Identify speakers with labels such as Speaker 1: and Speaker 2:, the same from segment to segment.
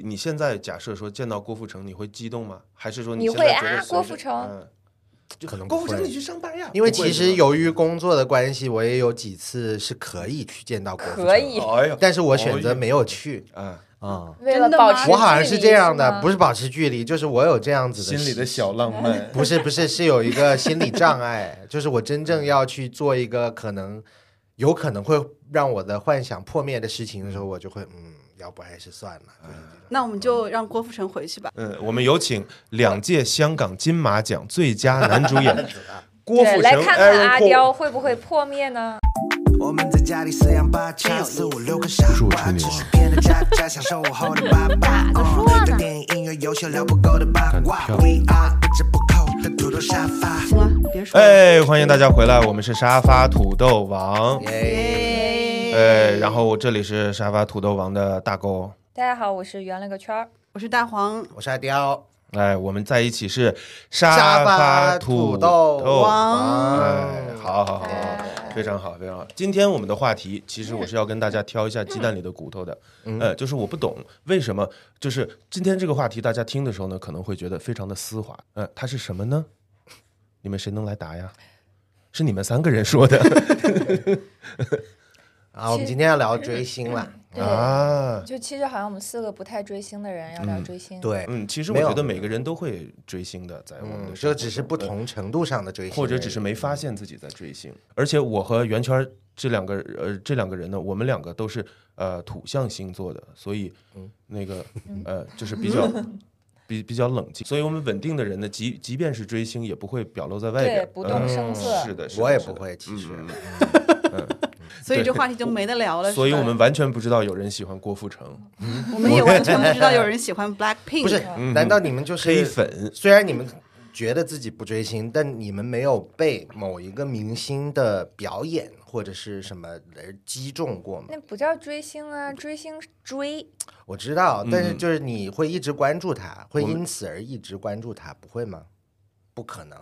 Speaker 1: 你现在假设说见到郭富城，你会激动吗？还是说
Speaker 2: 你
Speaker 1: 现在
Speaker 2: 会
Speaker 1: 觉得
Speaker 2: 啊
Speaker 1: 随
Speaker 2: 郭
Speaker 1: 着
Speaker 2: 富城
Speaker 1: 嗯，就
Speaker 3: 可能
Speaker 1: 郭
Speaker 3: 不
Speaker 1: 富城，
Speaker 3: 会
Speaker 1: 你去上班呀。
Speaker 3: 因为
Speaker 1: 不会
Speaker 3: 其
Speaker 1: 是
Speaker 3: 实
Speaker 1: 吧
Speaker 3: 由于工作的关系，我也有几次是可以去见到郭富城的
Speaker 2: 可以
Speaker 1: 哎呀，
Speaker 3: 但是我选择
Speaker 1: 哦
Speaker 3: 没有去
Speaker 1: 啊，
Speaker 3: 啊。
Speaker 2: 为了
Speaker 4: 真的
Speaker 2: 保
Speaker 4: 吗
Speaker 2: 持
Speaker 3: 我好像是这样的，不
Speaker 2: 是
Speaker 3: 是保持距离，就是我有这样子的
Speaker 1: 心里的小浪漫，
Speaker 3: 不是不是，是有一个心理障碍， 就是我真正要去做一个可能有可能会让我的幻想破灭的事情的时候，我就会嗯，要不还是算了。
Speaker 1: 哎
Speaker 3: 就是这种
Speaker 4: 那我们就让郭富城回去吧。
Speaker 1: 嗯，我们有请两届香港金马奖最佳男主演郭富城，
Speaker 2: 来看看
Speaker 1: Aaron
Speaker 2: 阿
Speaker 1: Kwok
Speaker 2: 刁会不会破灭呢？
Speaker 5: 我们在家里四仰八叉，四五六个傻瓜，只是骗了家家，享受午后的八卦。嗯对电影音乐优秀聊不够的八卦，We are 一直不扣的土豆沙发。
Speaker 4: 行了，别说 了。
Speaker 1: 哎，欢迎大家回来，我们是沙发土豆王，
Speaker 4: 耶
Speaker 1: 哎，然后这里是沙发土豆王的大狗，
Speaker 2: 大家好，我是圆了个圈儿。
Speaker 4: 我是大黄
Speaker 3: 我是阿雕，
Speaker 1: 哎，我们在一起是
Speaker 3: 沙
Speaker 1: 发
Speaker 3: 发
Speaker 1: 土
Speaker 3: 土豆
Speaker 4: 王。
Speaker 1: 哎，
Speaker 3: 哦
Speaker 1: 好好好好，非常好，非常好。今天我们的话题，其实我是要跟大家挑一下鸡蛋里的骨头的。
Speaker 3: 嗯
Speaker 1: 呃，就是我不懂为什么，就是今天这个话题，大家听的时候呢，可能会觉得非常的丝滑。呃，它是什么呢？你们谁能来答呀？是你们三个人说的
Speaker 3: 啊，我们今天要聊追 星了，
Speaker 2: 对，
Speaker 1: 啊？
Speaker 2: 就其实好像我们四个不太追星的人要聊追星，，
Speaker 3: 对，
Speaker 1: 嗯，其实我
Speaker 3: 没有
Speaker 1: 觉得每个人都会追星的，在我们
Speaker 3: 嗯，
Speaker 1: 的生活
Speaker 3: 就只是不同程度上的追星而已，
Speaker 1: 或者只是没发现自己在追星。而且我和圆圈儿这两个呃这两个人呢，我们两个都是呃土象星座的，所以
Speaker 2: 嗯
Speaker 1: 那个呃就是比 较比比较冷静。所以我们稳定的人呢，即即便是追星，也不会表露在外
Speaker 2: 对
Speaker 1: 边，
Speaker 2: 不动
Speaker 1: 嗯
Speaker 2: 声色
Speaker 1: 是的，是的
Speaker 3: 我也
Speaker 1: 是
Speaker 3: 不
Speaker 1: 的
Speaker 3: 会，其实
Speaker 1: 嗯
Speaker 4: 所以这话题就没得聊了。
Speaker 1: 所以
Speaker 4: 是吧
Speaker 1: 我们完全不知道有人喜欢郭富
Speaker 2: 嗯
Speaker 1: 城，
Speaker 4: 我们也完全不知道有人喜欢 Blackpink。
Speaker 3: 不是，
Speaker 1: 嗯
Speaker 3: 难道你们就是
Speaker 1: 黑粉。
Speaker 3: 虽然你们觉得自己不追星，但你们没有被某一个明星的表演或者是什么而击中过吗？
Speaker 2: 那不叫追星啊，追星是追
Speaker 3: 我知道，但是
Speaker 1: 嗯
Speaker 3: 就是你会一直关注他，会
Speaker 1: 我们
Speaker 3: 因此而一直关注他，不会吗？不可能，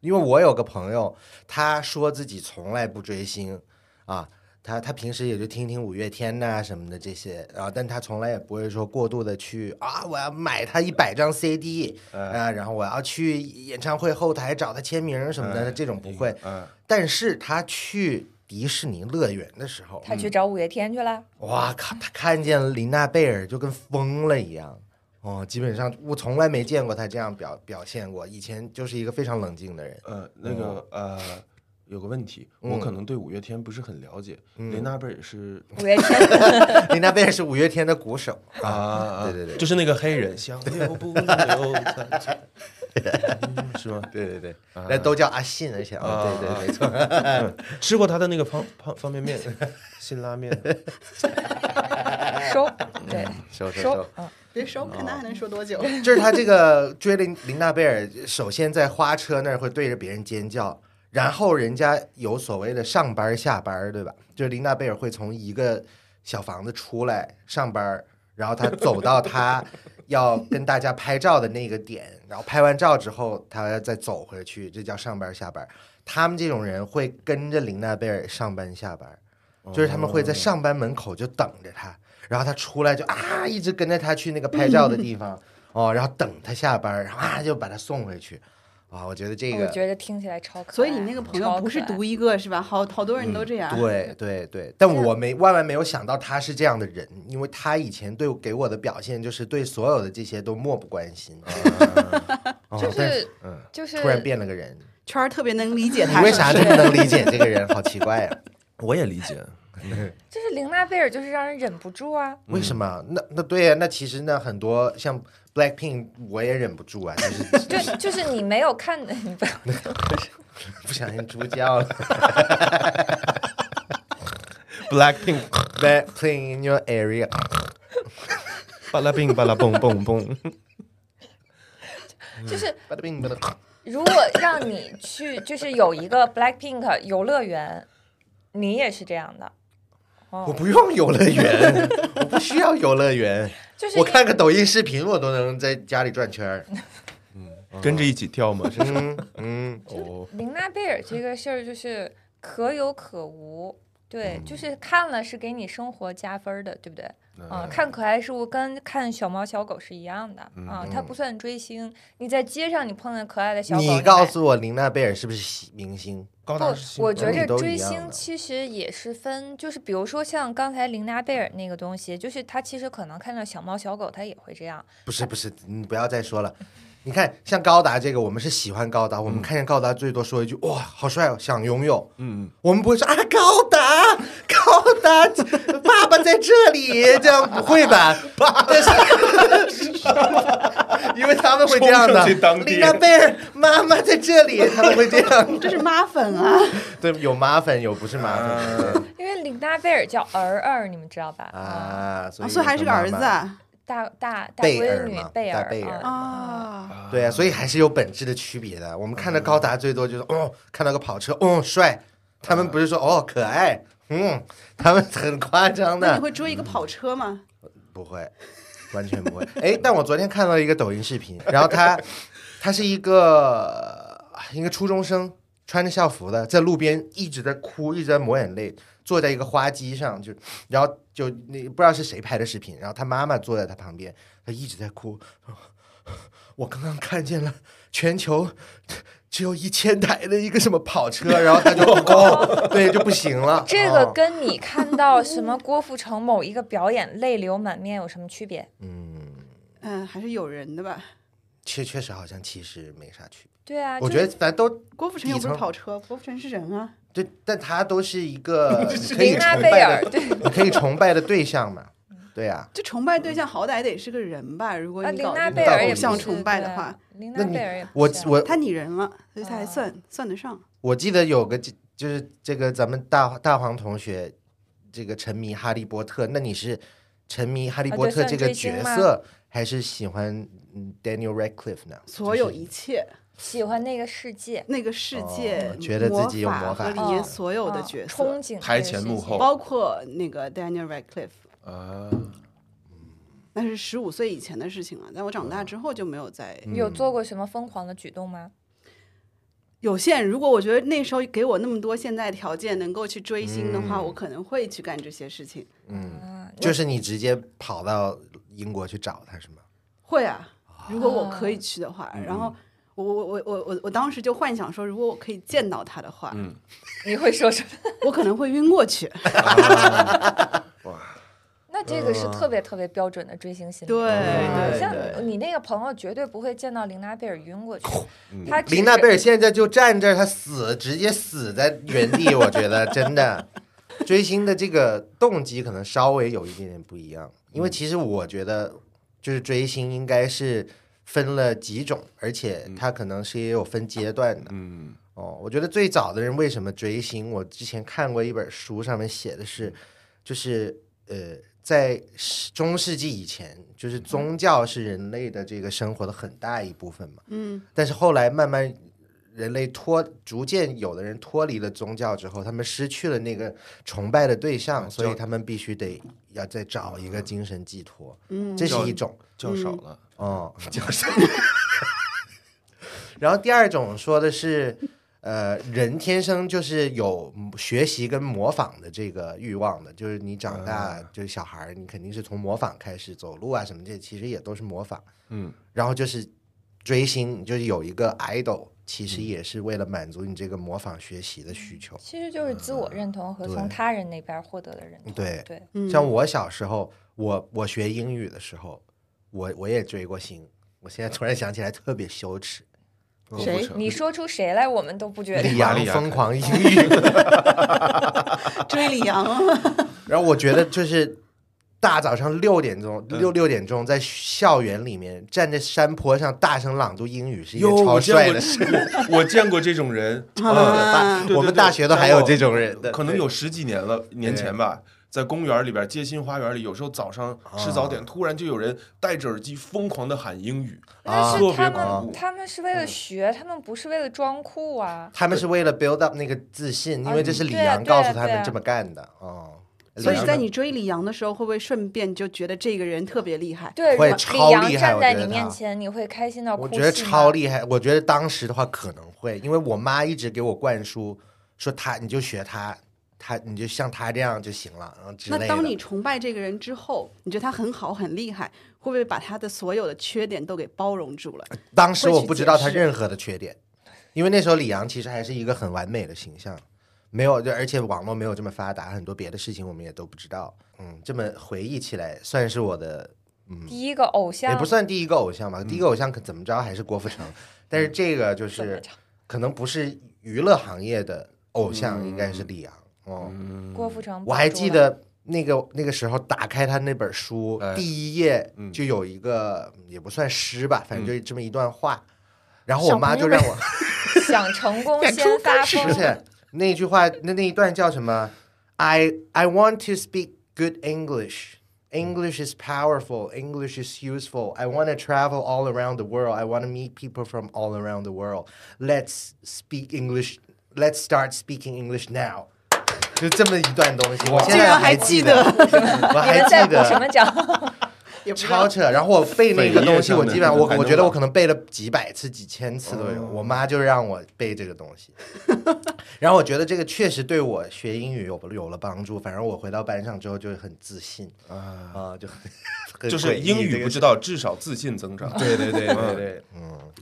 Speaker 3: 因为我有个朋友，他说自己从来不追星啊。他他平时也就听听五月天呐、什么的这些，然、后但他从来也不会说过度的去啊，我要买他一百张 CD
Speaker 1: 嗯
Speaker 3: 啊、然后我要去演唱会后台找他签名什么的，这种不会。
Speaker 1: 嗯，
Speaker 3: 但是他去迪士尼乐园的时候，
Speaker 2: 他去找五月天去了，
Speaker 3: 哇靠！他看见琳娜贝尔就跟疯了一样，哦，基本上我从来没见过他这样表表现过。以前就是一个非常冷静的人，
Speaker 1: 呃，那个
Speaker 2: 嗯
Speaker 1: 呃，有个问题，我可能对五月天不是很了解，
Speaker 2: 嗯
Speaker 1: 林娜贝尔是
Speaker 3: 嗯
Speaker 2: 五月天
Speaker 3: 琳娜贝尔是五月天的鼓手
Speaker 1: 啊，
Speaker 3: 对对对
Speaker 1: 就是那个黑人，想留不留 在，嗯是吗？
Speaker 3: 对对对，那、都叫阿信，而且啊、
Speaker 1: 啊
Speaker 3: 对对没错，
Speaker 1: 嗯吃过他的那个方方方便 面，辛拉 面，
Speaker 2: 收，
Speaker 3: 嗯
Speaker 2: 对，
Speaker 3: 收收
Speaker 2: 收
Speaker 3: 收，，
Speaker 2: 嗯，
Speaker 4: 别收，看他还能说多久。
Speaker 3: 就是他这个追琳琳娜贝尔，首先在花车那儿会对着别人尖叫，然后人家有所谓的上班儿下班儿，对吧？就是琳娜贝尔会从一个小房子出来上班儿，然后他走到他要跟大家拍照的那个点，然后拍完照之后他再走回去，这叫上班儿下班儿。他们这种人会跟着琳娜贝尔上班下班儿，就是他们
Speaker 1: 哦
Speaker 3: 会在上班门口就等着他，然后他出来就啊一直跟着他去那个拍照的地方。哦，然后等他下班儿，然后啊就把他送回去，啊、我觉得这
Speaker 2: 我
Speaker 3: 个
Speaker 2: 觉得听起来超可爱。
Speaker 4: 所以你那个朋友不是
Speaker 2: 超可爱
Speaker 4: 独一个是吧？好好多人都这样。
Speaker 3: 嗯对对对，但我没万万没有想到他是这样的人，因为他以前对我给我的表现就是对所有的这些都漠不关心，哦
Speaker 2: 就
Speaker 3: 但
Speaker 2: 是
Speaker 3: 嗯，
Speaker 2: 就是
Speaker 3: 突然变了个人，
Speaker 4: 圈儿特别能理解
Speaker 3: 你
Speaker 4: 他。
Speaker 3: 为啥这么能理解这个人？好奇怪啊呀、
Speaker 1: 我也理解，
Speaker 2: 就是玲娜贝尔，就是让人忍不住啊。
Speaker 3: 嗯为什么？那那对啊呀、那其实那很多像 Blackpink 我也忍不住啊，就是
Speaker 2: 就就是你没有看， 你不要
Speaker 3: 不小心猪叫 了
Speaker 1: Blackpink，
Speaker 3: ，Blackpink in your area，
Speaker 1: 巴拉冰巴拉 蹦蹦蹦，
Speaker 2: 就是
Speaker 3: 巴拉冰巴拉
Speaker 2: 如果让你去，就是有一个 Blackpink 游乐园，你也是这样的，哦
Speaker 3: 我不用游乐 园，我不需要游乐园，
Speaker 2: 就是
Speaker 3: 我看个抖音视频，我都能在家里转圈儿。
Speaker 1: 哦跟着一起跳嘛，是
Speaker 3: 嗯嗯，
Speaker 1: 哦，
Speaker 2: 玲娜贝尔这个事儿就是
Speaker 3: 嗯
Speaker 2: 可有可无，对，就是看了是给你生活加分儿的，对不对？
Speaker 3: 嗯
Speaker 2: 啊、看可爱事物跟看小猫小狗是一样的啊，
Speaker 3: 嗯
Speaker 2: 它不算追星。你在街上你碰见可爱的小狗，
Speaker 3: 你告诉我，琳娜贝尔是不是喜明星？
Speaker 1: 高大
Speaker 2: 不，我觉
Speaker 3: 你
Speaker 2: 着
Speaker 3: 呃都
Speaker 2: 追
Speaker 3: 一样
Speaker 2: 星
Speaker 3: 的
Speaker 2: 其实也是分，就是比如说像刚才琳娜贝尔那个东西，就是他其实可能看到小猫小狗，他也会这样。
Speaker 3: 不是不是，你不要再说了。你看，像高达这个，我们是喜欢高达，我们看见高达最多说一句“哇，好帅哦，想拥有”。嗯，我们不会说啊，高达，高达，爸爸在这里，这样不会吧？ 但是，因为他们会这样
Speaker 1: 冲
Speaker 3: 的
Speaker 1: 上去当。爹
Speaker 3: 琳娜贝尔妈妈在这里，他们会这样。
Speaker 4: 这是妈粉啊！
Speaker 3: 对，有妈粉，有不是妈粉
Speaker 2: 因为琳娜贝尔叫儿儿，你们知道吧？嗯
Speaker 3: 对，啊，所
Speaker 4: 啊
Speaker 3: 以
Speaker 4: 所以还是个儿子啊！
Speaker 2: 大大大
Speaker 3: 贝
Speaker 2: 闺
Speaker 3: 尔
Speaker 2: 女
Speaker 3: 嘛
Speaker 2: 贝
Speaker 3: 大
Speaker 2: 尔
Speaker 3: 贝尔
Speaker 2: 啊
Speaker 4: 啊，
Speaker 3: 对啊，所以还是有本质的区别的。我们看到高达最多就是哦，看到个跑车，哦帅，他们不是说哦可爱，嗯，他们很夸张
Speaker 4: 那你
Speaker 3: 的，
Speaker 4: 会追一个跑车吗？
Speaker 3: 不会，完全不会。 哎，但我昨天看到一个抖音视频，然后他 他是一个一个初中生，穿着校服的，在路边一直在哭，一直在抹眼泪，坐在一个花机上，就然后就那不知道是谁拍的视频，然后他妈妈坐在他旁边，他一直在哭。 我刚刚看见了全球只有一千台的一个什么跑 车，然后他就哦，对，就不行了。
Speaker 2: 这个
Speaker 3: 哦
Speaker 2: 跟你看到什 么郭富城某一个表演泪流满面有什么区别？
Speaker 4: 嗯，还是有人的吧。
Speaker 3: 确确实好像其实没啥区别。
Speaker 2: 对啊，
Speaker 3: 我
Speaker 2: 就
Speaker 3: 觉
Speaker 2: 是
Speaker 3: 得咱都
Speaker 4: 郭富城又
Speaker 3: 底
Speaker 4: 不是
Speaker 3: 层
Speaker 4: 跑车，郭富城是人啊。
Speaker 3: 对，但他都是一 个可
Speaker 2: 琳
Speaker 3: 以崇
Speaker 2: 娜
Speaker 3: 拜
Speaker 2: 贝尔
Speaker 3: 的，
Speaker 2: 对。
Speaker 3: 你可以崇拜的对象嘛。对啊呀、
Speaker 4: 这崇拜对象好歹得是个人吧？如果
Speaker 2: 啊，
Speaker 4: 你
Speaker 2: 琳
Speaker 4: 搞
Speaker 2: 娜
Speaker 4: 这
Speaker 2: 贝
Speaker 4: 个
Speaker 2: 尔也
Speaker 4: 偶
Speaker 2: 不
Speaker 4: 像
Speaker 2: 是
Speaker 4: 崇拜的话，，
Speaker 2: 对啊琳
Speaker 3: 那
Speaker 2: 娜
Speaker 3: 你
Speaker 2: 贝尔也不
Speaker 3: 我
Speaker 2: 是啊
Speaker 3: 我
Speaker 4: 他拟人了，所以
Speaker 3: 啊
Speaker 4: 他还算、算得上。
Speaker 3: 我记得有个就是这个咱们大大黄同学，这个沉迷哈利波特，那你是沉迷哈利
Speaker 2: 啊
Speaker 3: 波
Speaker 2: 对
Speaker 3: 特
Speaker 2: 算
Speaker 3: 这个
Speaker 2: 追星
Speaker 3: 角
Speaker 2: 吗
Speaker 3: 色，还是喜欢嗯 Daniel Radcliffe 呢？
Speaker 4: 所有
Speaker 3: 就是
Speaker 4: 一切，
Speaker 2: 喜欢那个世界
Speaker 4: 那个世界
Speaker 3: 哦，觉得自己有魔
Speaker 4: 法和
Speaker 3: 法
Speaker 4: 里面
Speaker 2: 嗯
Speaker 4: 所有的
Speaker 2: 啊
Speaker 4: 角色，
Speaker 2: 憧憬这个
Speaker 1: 台前
Speaker 2: 世
Speaker 1: 幕
Speaker 2: 界
Speaker 1: 后
Speaker 4: 包括那个 Daniel Radcliffe，
Speaker 1: 啊，
Speaker 4: 那是十五岁以前的事情了。但我
Speaker 3: 嗯
Speaker 4: 长大之后就没有再
Speaker 2: 有做过什么疯狂的举动吗？
Speaker 4: 有限。如果我觉得那时候给我那么多现在条件能够去追星的话，
Speaker 3: 嗯
Speaker 4: 我可能会去干这些事情。
Speaker 2: 啊，那
Speaker 3: 就是你直接跑到英国去找他是吗？
Speaker 4: 会啊，如果我可以去的
Speaker 3: 嗯
Speaker 4: 话，然后。我我我我我我当时就幻想说，如果我可以见到他的话，
Speaker 3: 嗯
Speaker 2: 你会说什么？
Speaker 4: 我可能会晕过去。
Speaker 2: 那这个是特
Speaker 3: 嗯
Speaker 2: 别特别标准的追星心理。
Speaker 4: 对
Speaker 3: 哦
Speaker 2: 啊
Speaker 4: 对对，
Speaker 2: 像你那个朋友绝对不会见到琳娜贝尔晕过去，他只
Speaker 3: 嗯林娜
Speaker 2: 是
Speaker 3: 贝尔现在就站这儿，他死直接死在原地，我觉得真的。追星的这个动机可能稍微有一点点不一样，因为其实我觉得就是追星应该是分了几种，而且它可能是也有分阶段的。
Speaker 1: 嗯，
Speaker 3: 哦，我觉得最早的人为什么追星？我之前看过一本书，上面写的是，就是呃，在世中世纪以前，就是宗教是人类的这个生活的很大一部分嘛。嗯，但是后来慢慢。人类脱逐渐有的人脱离了宗教之后，他们失去了那个崇拜的对象，所以他们必须得要再找一个精神寄托。嗯，这是一种。
Speaker 1: 较少了，
Speaker 3: 哦，就是。 然后第二种说的是，呃，人天生就是有学习跟模仿的这个欲望的，就是你长大、就是小孩儿，你肯定是从模仿开始，走路啊什么这其实也都是模仿。
Speaker 1: 嗯，
Speaker 3: 然后就是追星，就是有一个 idol，其实也是为了满足你这个模仿学习的需求。
Speaker 2: 其实就是自我认同和
Speaker 3: 对
Speaker 2: 从他人那边获得的认同。
Speaker 3: 对
Speaker 2: 对，
Speaker 4: 嗯
Speaker 3: 像我小时候，我我学英语的时候，我我也追过星，我现在突然想起来特别羞耻。
Speaker 1: 我不
Speaker 4: 谁
Speaker 1: 承
Speaker 2: 你说出嗯谁来，我们都 不觉得
Speaker 3: 李
Speaker 1: 亚
Speaker 3: 阳
Speaker 1: 历
Speaker 3: 疯狂英语，
Speaker 4: 追李阳，
Speaker 3: 然后我觉得就是大早上六点钟，
Speaker 1: 嗯
Speaker 3: 六六点钟在校园里面站在山坡上大声朗读英语是一件
Speaker 1: 哟，
Speaker 3: 超
Speaker 1: 我见
Speaker 3: 帅
Speaker 1: 过
Speaker 3: 的事。
Speaker 1: 这， 我见过这种人，
Speaker 3: 啊
Speaker 1: 对对
Speaker 3: 我们
Speaker 1: 对
Speaker 3: 大学都
Speaker 1: 见
Speaker 3: 还有
Speaker 1: 过
Speaker 3: 这种人的，
Speaker 1: 呃可能
Speaker 3: 对
Speaker 1: 有十几年了，年前吧，在公园里边、街心花园里，有时候早上吃早点，突然就有人戴着耳机疯狂的喊英语，
Speaker 2: 哎但
Speaker 3: 啊
Speaker 1: 特
Speaker 2: 是
Speaker 1: 别
Speaker 2: 他
Speaker 1: 恐怖
Speaker 2: 们他们是为了
Speaker 3: 嗯
Speaker 2: 学，他们不是为了装酷啊。
Speaker 3: 他们是为了 build up 那个自信，因为这是李
Speaker 2: 对啊
Speaker 3: 阳
Speaker 2: 对啊
Speaker 3: 告诉他
Speaker 2: 对
Speaker 3: 们
Speaker 2: 啊
Speaker 3: 这么干的哦。
Speaker 4: 所以
Speaker 3: 李阳
Speaker 4: 在你追李阳的时候，会不会顺便就觉得这个人特别厉害？
Speaker 2: 对，
Speaker 3: 会
Speaker 2: 如
Speaker 3: 超
Speaker 2: 李阳
Speaker 3: 厉害
Speaker 2: 站
Speaker 3: 我
Speaker 2: 在
Speaker 3: 觉
Speaker 2: 你
Speaker 3: 得
Speaker 2: 面
Speaker 3: 他
Speaker 2: 前，你会开心到哭
Speaker 3: 我
Speaker 2: 泣
Speaker 3: 觉得超
Speaker 2: 吗
Speaker 3: 厉害，我觉得当时的话可能会，因为我妈一直给我灌输说他你就学他，他你就像他这样就行了，然后之类
Speaker 4: 那
Speaker 3: 的。
Speaker 4: 当你崇拜这个人之后，你觉得他很好很厉害，会不会把他的所有的缺点都给包容住了？
Speaker 3: 当时我不知道他
Speaker 4: 会去解释
Speaker 3: 任何的缺点，因为那时候李阳其实还是一个很完美的形象，没有，就而且网络没有这么发达，很多别的事情我们也都不知道。嗯，这么回忆起来，算是我的
Speaker 2: 第一个偶像
Speaker 3: 也不算第一个偶像吧，第一个偶像可怎么着还是郭富城， 但是这个就
Speaker 2: 怎么
Speaker 3: 是
Speaker 2: 着？
Speaker 3: 可能不是娱乐行业的偶像，应该是李阳。哦，
Speaker 2: 郭富城，
Speaker 3: 我还记，得那个那个时候打开他那本书，
Speaker 1: 哎
Speaker 3: 第一页就有一个、嗯也不算诗吧，反正就这么一段话。然后我
Speaker 2: 小
Speaker 3: 妈
Speaker 2: 朋
Speaker 3: 就
Speaker 2: 友
Speaker 3: 让我，
Speaker 2: 想成功先发
Speaker 3: 而
Speaker 2: 疯，
Speaker 3: 且那句话那那一段叫什么？I I want to speak good English. English is powerful. English is useful. I want to travel all around the world. I want to meet people from all around the world. Let's speak English. Let's start speaking English now. 就这么一段东西，我现
Speaker 4: 竟
Speaker 3: 在
Speaker 4: 然还
Speaker 3: 记
Speaker 4: 记
Speaker 3: 得，我
Speaker 2: 你
Speaker 3: 还
Speaker 2: 们在
Speaker 3: 记
Speaker 2: 补
Speaker 3: 得
Speaker 2: 什么奖？
Speaker 4: 也不知
Speaker 3: 超
Speaker 4: 道
Speaker 3: 扯。然后我背那个东西，
Speaker 1: 本页上的
Speaker 3: 我基本上我
Speaker 1: 还能
Speaker 3: 我觉得我
Speaker 1: 忘
Speaker 3: 可能背了几百次、几千次都有。
Speaker 4: 哦
Speaker 3: 我妈就让我背这个东西，然后我觉得这个确实对我学英语有有了帮助。反正我回到班上之后就很自信啊、就很 很
Speaker 1: 就是
Speaker 3: 诡异
Speaker 1: 英
Speaker 3: 呃这
Speaker 1: 语
Speaker 3: 个
Speaker 1: 不知道，至少自信增长。
Speaker 5: 对对对对对，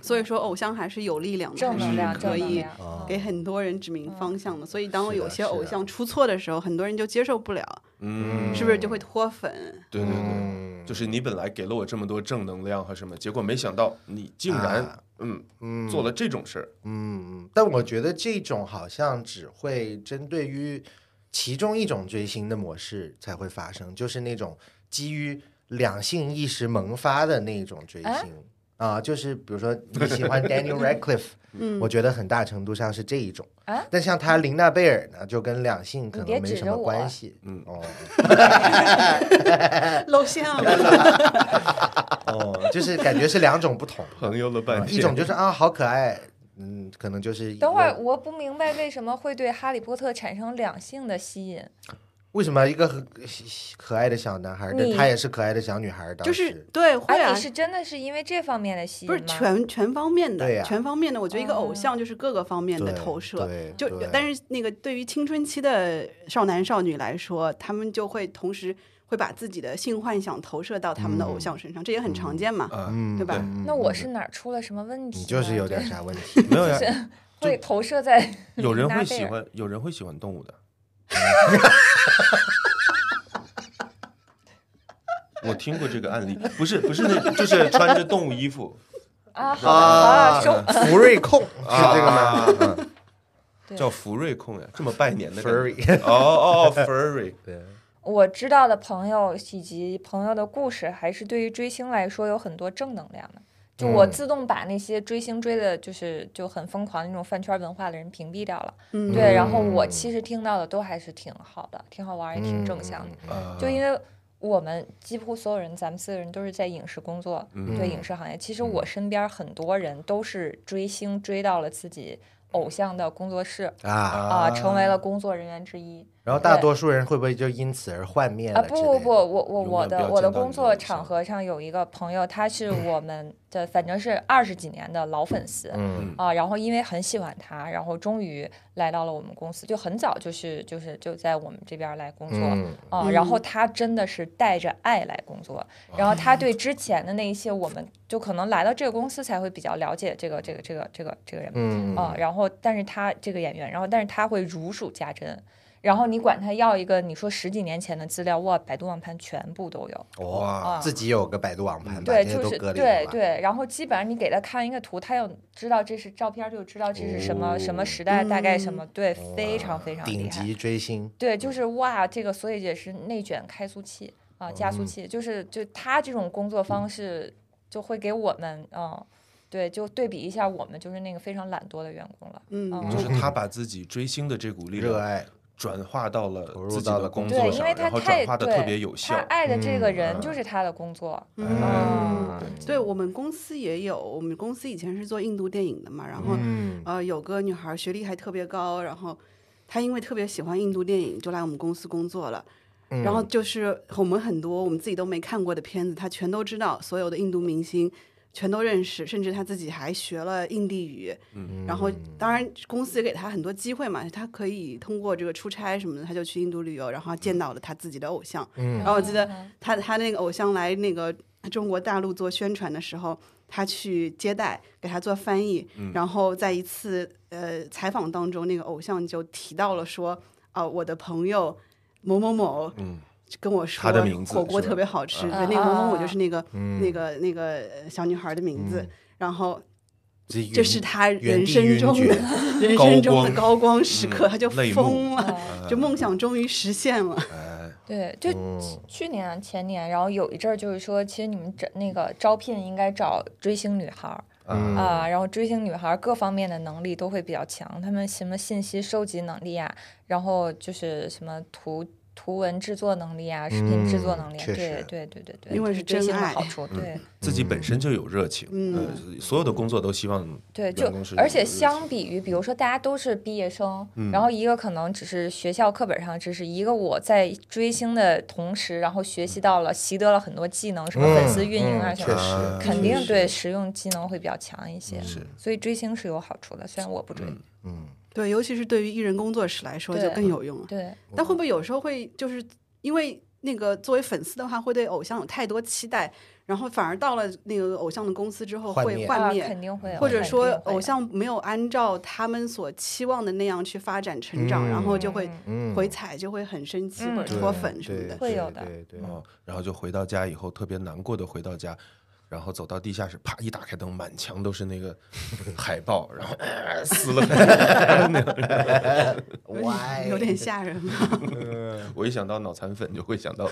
Speaker 4: 所以说偶像还是有力量的，
Speaker 2: 正能量，
Speaker 4: 还是
Speaker 2: 正
Speaker 4: 嗯可
Speaker 2: 能
Speaker 4: 以
Speaker 2: 量。
Speaker 3: 哦
Speaker 2: 嗯
Speaker 4: 给很多人指明方向的。所以当
Speaker 3: 是的
Speaker 4: 有些
Speaker 3: 是的
Speaker 4: 偶像出错的时候，很多人就接受不了，
Speaker 1: 嗯，
Speaker 4: 是不是就会脱粉？
Speaker 1: 对对对，
Speaker 3: 嗯
Speaker 1: 就是你本来给了我这么多正能量和什么，结果没想到你竟然
Speaker 3: 啊
Speaker 1: 嗯
Speaker 3: 嗯
Speaker 1: 做了这种事儿。
Speaker 3: 嗯，但我觉得这种好像只会针对于其中一种追星的模式才会发生，就是那种基于两性意识萌发的那种追
Speaker 2: 哎
Speaker 3: 星。啊，就是比如说你喜欢 Daniel Radcliffe，
Speaker 4: 嗯
Speaker 3: 我觉得很大程度上是这一种
Speaker 2: 啊。
Speaker 3: 但像他琳娜贝尔呢，就跟两性可
Speaker 2: 你别
Speaker 3: 能没
Speaker 2: 指
Speaker 3: 什
Speaker 2: 着
Speaker 3: 么
Speaker 2: 我
Speaker 3: 关系。
Speaker 1: 嗯
Speaker 3: 哦
Speaker 4: 露 馅了。
Speaker 3: 哦，就是感觉是两种不同，
Speaker 1: 朋友了半
Speaker 3: 一种就是啊好可爱，嗯，可能就是一
Speaker 2: 等会儿
Speaker 3: 个
Speaker 2: 我不明白为什么会对哈利波特产生两性的吸引，
Speaker 3: 为什么一个很可爱的小男孩，但
Speaker 2: 你
Speaker 3: 他也是可爱的小女孩？当
Speaker 4: 就
Speaker 3: 时
Speaker 4: 是对，会
Speaker 2: 哎、
Speaker 4: 啊
Speaker 2: 你，是真的是因为这方面的吸引
Speaker 4: 不
Speaker 2: 吗？
Speaker 4: 是全全方面的，
Speaker 3: 对呀
Speaker 4: 全方面的。我觉得一个
Speaker 2: 哦
Speaker 4: 偶像就是各个方面的
Speaker 3: 对
Speaker 4: 投射。
Speaker 3: 对，
Speaker 4: 就
Speaker 3: 对
Speaker 4: 但是那个对于青春期的少男少女来说，他们就会同时会把自己的性幻想投射到他们的偶像身上，这也很常见嘛，
Speaker 1: 啊，
Speaker 3: 嗯
Speaker 4: 对吧？
Speaker 2: 那我是哪儿出了什么问题
Speaker 3: 你
Speaker 2: 呢？
Speaker 3: 就是有点
Speaker 2: 对
Speaker 3: 啥问题，
Speaker 1: 没 有呀，
Speaker 2: 会投射在
Speaker 1: 有人会
Speaker 2: 琳达贝
Speaker 1: 喜
Speaker 2: 尔，
Speaker 1: 欢，有人会喜欢动物的。我听过这个案例，不是不是那个，就是穿着动物衣服，
Speaker 2: 啊，好的好的，收、
Speaker 3: 福瑞控 是这个吗嗯
Speaker 1: 啊叫福瑞控呀，这么拜年的感觉。
Speaker 3: ？Furry，
Speaker 1: 哦哦哦，furry，
Speaker 3: 对，
Speaker 2: 我知道的朋友以及朋友的故事，还是对于追星来说有很多正能量的。就我
Speaker 3: 嗯
Speaker 2: 自动把那些追星追的，就是就很疯狂的那种饭圈文化的人屏蔽掉了。
Speaker 4: 嗯
Speaker 2: 对，然后我
Speaker 3: 嗯
Speaker 2: 其实听到的都还是挺好的，挺好玩儿，也挺正向的。
Speaker 1: 啊
Speaker 2: 就因为我们几乎所有人，咱们四个人都是在影视工作，
Speaker 1: 嗯
Speaker 2: 对影视行业。其实我身边很多人都是追星追到了自己偶像的工作室
Speaker 3: 啊。
Speaker 2: 啊、成为了工作人员之一。
Speaker 3: 然后大多数人会不会就因此而幻灭
Speaker 2: 啊
Speaker 3: 了之
Speaker 2: 不
Speaker 3: 类
Speaker 2: 不
Speaker 3: 的？
Speaker 2: 不，我我
Speaker 1: 永
Speaker 2: 我
Speaker 1: 远不要
Speaker 2: 的我的
Speaker 1: 见到
Speaker 2: 工
Speaker 1: 你的
Speaker 2: 作
Speaker 1: 偶
Speaker 2: 场
Speaker 1: 像嗯
Speaker 2: 合上有一个朋友，他是我们的反正是二十几年的老粉丝，
Speaker 3: 嗯
Speaker 2: 啊，然后因为很喜欢他，然后终于来到了我们公司，就很早就是就是就在我们这边儿来工作，
Speaker 3: 嗯
Speaker 2: 啊、
Speaker 4: 嗯
Speaker 2: 然后他真的是带着爱来工作，然后他对之前的那一些，我们就可能来到这个公司才会比较了解这个这个这个这个这个人，
Speaker 3: 嗯
Speaker 2: 啊、然后但是他这个演员，然后但是他会如数家珍，然后你管他要一个，你说十几年前的资料，哇，百度网盘全部都有，
Speaker 3: 哇，
Speaker 2: 啊
Speaker 3: 自己有个百度网盘，把
Speaker 2: 对，
Speaker 3: 这些
Speaker 2: 就
Speaker 3: 都
Speaker 2: 是
Speaker 3: 割裂
Speaker 2: 对
Speaker 3: 了
Speaker 2: 对，然后基本上你给他看一个图，他有知道这是照片，就知道这是什么、什么时代，大概什
Speaker 1: 哦
Speaker 2: 么，对，非常非常厉
Speaker 3: 顶
Speaker 2: 害，
Speaker 3: 级追星，
Speaker 2: 对，
Speaker 1: 嗯
Speaker 2: 就是哇，这个所以也是内卷开速器啊、加
Speaker 1: 嗯
Speaker 2: 速器，就是就他这种工作方式就会给我们，嗯，对，就对比一下我们就是那个非常懒惰的员工了，
Speaker 4: 嗯
Speaker 2: 嗯
Speaker 1: 就是他把自己追星的这股力
Speaker 3: 热
Speaker 1: 量
Speaker 3: 爱，
Speaker 1: 转化到了
Speaker 3: 投入
Speaker 1: 自己
Speaker 3: 到了
Speaker 1: 的工
Speaker 2: 对，
Speaker 1: 作
Speaker 2: 因
Speaker 1: 上，
Speaker 2: 为他
Speaker 1: 然后转
Speaker 2: 太
Speaker 1: 化的
Speaker 2: 对
Speaker 1: 特别有效
Speaker 2: 他。爱的这个人
Speaker 1: 嗯
Speaker 2: 就是他的工作，
Speaker 4: 嗯
Speaker 2: 嗯，
Speaker 4: 对我们公司也有，我们公司以前是做印度电影的嘛，然后、
Speaker 3: 嗯
Speaker 4: 呃有个女孩儿学历还特别高，然后她因为特别喜欢印度电影，就来我们公司工作了。
Speaker 3: 嗯
Speaker 4: 然后就是我们很多我们自己都没看过的片子，她全都知道，所有的印度明星全都认识，甚至他自己还学了印地语。
Speaker 1: 嗯
Speaker 4: 然后当然公司也给他很多机会嘛，他可以通过这个出差什么的，他就去印度旅游，然后见到了他自己的偶像。
Speaker 3: 嗯
Speaker 4: 然后我记得
Speaker 2: 嗯
Speaker 4: 他他那个偶像来那个中国大陆做宣传的时候，他去接待，给他做翻译，
Speaker 1: 嗯
Speaker 4: 然后在一次呃采访当中，那个偶像就提到了说，啊、我的朋友某某某，
Speaker 1: 嗯
Speaker 4: 跟我说
Speaker 1: 他的名字
Speaker 4: 火锅
Speaker 1: 是吧
Speaker 4: 特别好
Speaker 3: 嗯
Speaker 4: 吃，
Speaker 2: 啊
Speaker 4: 对，那个某某某
Speaker 2: 啊
Speaker 4: 就是那个、那个那个呃小女孩的名字，然后这
Speaker 3: 这
Speaker 4: 是他
Speaker 3: 嗯原
Speaker 4: 人
Speaker 3: 地
Speaker 4: 生
Speaker 3: 晕
Speaker 4: 中的
Speaker 3: 厥嗯
Speaker 4: 人生中的高光时刻，他就
Speaker 1: 泪
Speaker 4: 疯
Speaker 1: 目
Speaker 4: 了，
Speaker 2: 嗯
Speaker 4: 就梦想终于实现了。
Speaker 1: 哎，
Speaker 2: 对，就
Speaker 3: 嗯
Speaker 2: 去年前年，然后有一阵儿就是说，其实你们招那个招聘应该找追星女孩儿
Speaker 3: 嗯
Speaker 2: 啊、然后追星女孩儿各方面的能力都会比较强，她们什么信息收集能力啊，然后就是什么图图文制作能力啊，视频制作
Speaker 3: 嗯
Speaker 2: 能力啊，
Speaker 3: 确
Speaker 2: 对
Speaker 3: 实
Speaker 2: 对对对对，
Speaker 4: 因为
Speaker 2: 这
Speaker 4: 是
Speaker 2: 追
Speaker 4: 真
Speaker 2: 星的
Speaker 4: 爱
Speaker 2: 好处，对
Speaker 1: 自己本身就有热情，
Speaker 3: 嗯
Speaker 1: 呃，所有的工作都希望
Speaker 2: 对，
Speaker 1: 员
Speaker 2: 就
Speaker 1: 工是有
Speaker 2: 而
Speaker 1: 热
Speaker 2: 且
Speaker 1: 情
Speaker 2: 相比于，比如说大家都是毕业生，
Speaker 3: 嗯
Speaker 2: 然后一个可能只是学校课本上的知识，一个我在追星的同时，然后学习到了，习得了很多技能，什么粉丝运营啊
Speaker 3: 嗯
Speaker 2: 什
Speaker 3: 确
Speaker 2: 么的，
Speaker 3: 实
Speaker 2: 肯
Speaker 3: 确
Speaker 2: 定
Speaker 3: 实
Speaker 2: 对实用技能会比较强一些。所以追星是有好处的，虽然我不追。
Speaker 3: 嗯
Speaker 4: 对，尤其是对于艺人工作室来说，就
Speaker 2: 对
Speaker 4: 更有用了。
Speaker 2: 对，
Speaker 4: 但会不会有时候会就是因为那个作为粉丝的话，会对偶像有太多期待，然后反而到了那个偶像的公司之后
Speaker 3: 幻
Speaker 4: 会
Speaker 3: 灭
Speaker 4: 幻
Speaker 2: 啊，
Speaker 4: 灭，
Speaker 2: 肯定会有，
Speaker 4: 或者
Speaker 2: 肯
Speaker 4: 说
Speaker 2: 定会有
Speaker 4: 偶像没有按照他们所期望的那样去发展成长，
Speaker 3: 嗯
Speaker 4: 然后就会
Speaker 3: 嗯
Speaker 4: 回踩，就会很生气
Speaker 2: 嗯
Speaker 4: 或者脱粉什么的。
Speaker 2: 会有的
Speaker 3: 对对，
Speaker 1: 哦，然后就回到家以后特别难过的回到家，然后走到地下室，啪一打开灯，满墙都是那个海报，然后、呃、撕了那样。
Speaker 4: 有
Speaker 3: 哇，
Speaker 4: 点有点吓人啊了。
Speaker 1: 我一想到脑残粉就会想到，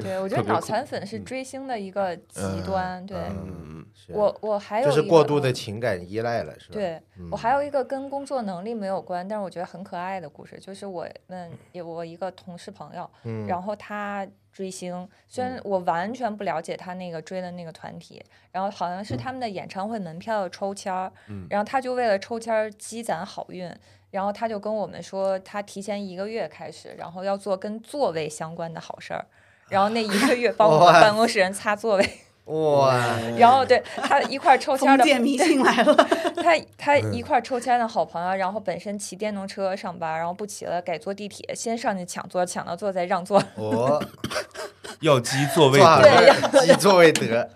Speaker 2: 对我觉得脑残粉
Speaker 3: 嗯
Speaker 2: 是追星的一个极端。对
Speaker 1: 嗯，
Speaker 3: 是
Speaker 2: 我，我还有
Speaker 3: 就是
Speaker 2: 一
Speaker 3: 过
Speaker 2: 个
Speaker 3: 度的
Speaker 2: 嗯
Speaker 3: 情感依赖了，是吧？，嗯
Speaker 2: 对我还有一个跟工作能力没有关，但是我觉得很可爱的故事，就是我们有我一个同事朋友，
Speaker 3: 嗯
Speaker 2: 然后他追星，虽然我完全不了解他那个追的那个团体，然后好像
Speaker 3: 嗯
Speaker 2: 是他们的演唱会门票抽签儿，然后他就为了抽签儿积攒好运。然后他就跟我们说，他提前一个月开始，然后要做跟座位相关的好事儿，然后那一个月帮我们办公室人擦座位，
Speaker 3: 哇，
Speaker 1: 嗯
Speaker 2: 然后对他一块儿抽签儿
Speaker 4: 封
Speaker 2: 的
Speaker 4: 建迷信来 了，
Speaker 2: 他他一块儿抽签的好朋友，然后本身骑电动车上班，然后不骑了，改坐地铁，先上去抢座，抢到座再让座。
Speaker 3: 哦，
Speaker 1: 要积座位
Speaker 3: 做好
Speaker 1: 的
Speaker 3: 事，积作为德，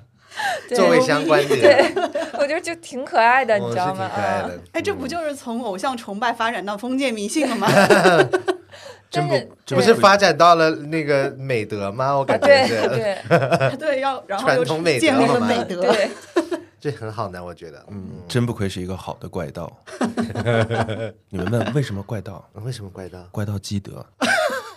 Speaker 2: 对
Speaker 3: 作为相关点，
Speaker 2: 我觉得就挺可爱的，你
Speaker 3: 哦
Speaker 2: 知
Speaker 3: 是
Speaker 2: 道
Speaker 3: 挺
Speaker 2: 吗？
Speaker 3: 可爱
Speaker 2: 啊，
Speaker 3: 的，嗯
Speaker 4: 哎，这不就是从偶像崇拜发展到封建迷信 了吗？
Speaker 2: 但是
Speaker 1: 真
Speaker 3: 不
Speaker 1: 对
Speaker 3: 是发展到了那个美德吗？我
Speaker 2: 啊
Speaker 3: 感觉
Speaker 2: 对
Speaker 3: 是，
Speaker 2: 对
Speaker 4: 对，要然后
Speaker 3: 传
Speaker 4: 又
Speaker 3: 统美德
Speaker 4: 建立
Speaker 3: 好
Speaker 4: 了
Speaker 3: 吗
Speaker 4: 美德。
Speaker 2: 对，
Speaker 3: 这很好呢，我觉得。嗯，
Speaker 1: 真不愧是一个好的怪 盗。你们问为什么怪盗？
Speaker 3: 为什么怪盗
Speaker 1: 怪盗基德，嗯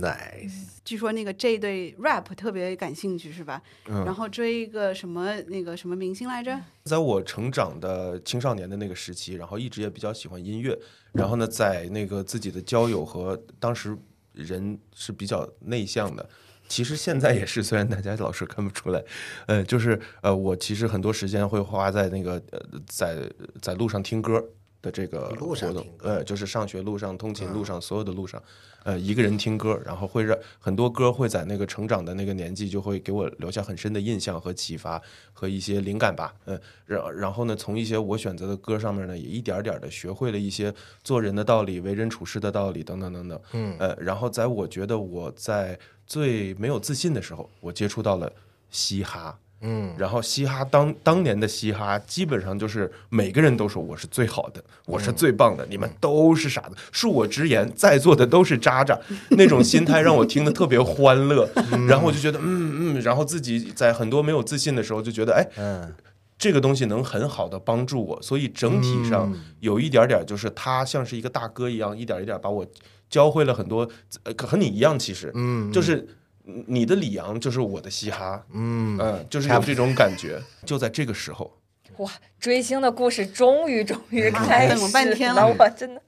Speaker 3: ？Nice，
Speaker 4: 据说那个 J 对 rap 特别感兴趣，是吧？
Speaker 3: 嗯
Speaker 4: 然后追一个什么那个什么明星来着？
Speaker 1: 在我成长的青少年的那个时期，然后一直也比较喜欢音乐，然后呢，在那个自己的交友和当时人是比较内向的。其实现在也是，虽然大家老是看不出来，呃，就是呃，我其实很多时间会花在那个呃，在在路上听歌的这个
Speaker 3: 路
Speaker 1: 活
Speaker 3: 上
Speaker 1: 动
Speaker 3: 听，歌嗯
Speaker 1: 呃，就是上学路上、通勤路上、所有的路上，呃，一个人听歌，然后会让很多歌会在那个成长的那个年纪就会给我留下很深的印象和启发和一些灵感吧，嗯、然然后呢，从一些我选择的歌上面呢，也一点儿点的学会了一些做人的道理、为人处事的道理等等等等，嗯，呃，然后在我觉得我在最没有自信的时候，我接触到了嘻哈，
Speaker 3: 嗯，
Speaker 1: 然后嘻哈当当年的嘻哈，基本上就是每个人都说我是最好
Speaker 3: 嗯
Speaker 1: 的，我是最棒的，你们都是傻子，恕我直言，在座的都是渣渣。那种心态让我听得特别欢乐，然后我就觉得嗯嗯，然后自己在很多没有自信的时候就觉得哎，
Speaker 3: 嗯，
Speaker 1: 这个东西能很好的帮助我，所以整体上
Speaker 3: 嗯
Speaker 1: 有一点点就是他像是一个大哥一样，一点一点把我教会了很多，呃和你一样其实，嗯，就是你的李阳就是我的嘻哈，嗯就是有这种感觉。就在这个时候，
Speaker 2: 哇，追星的故事终于终于开始
Speaker 4: 啊等了半天了
Speaker 2: 我真的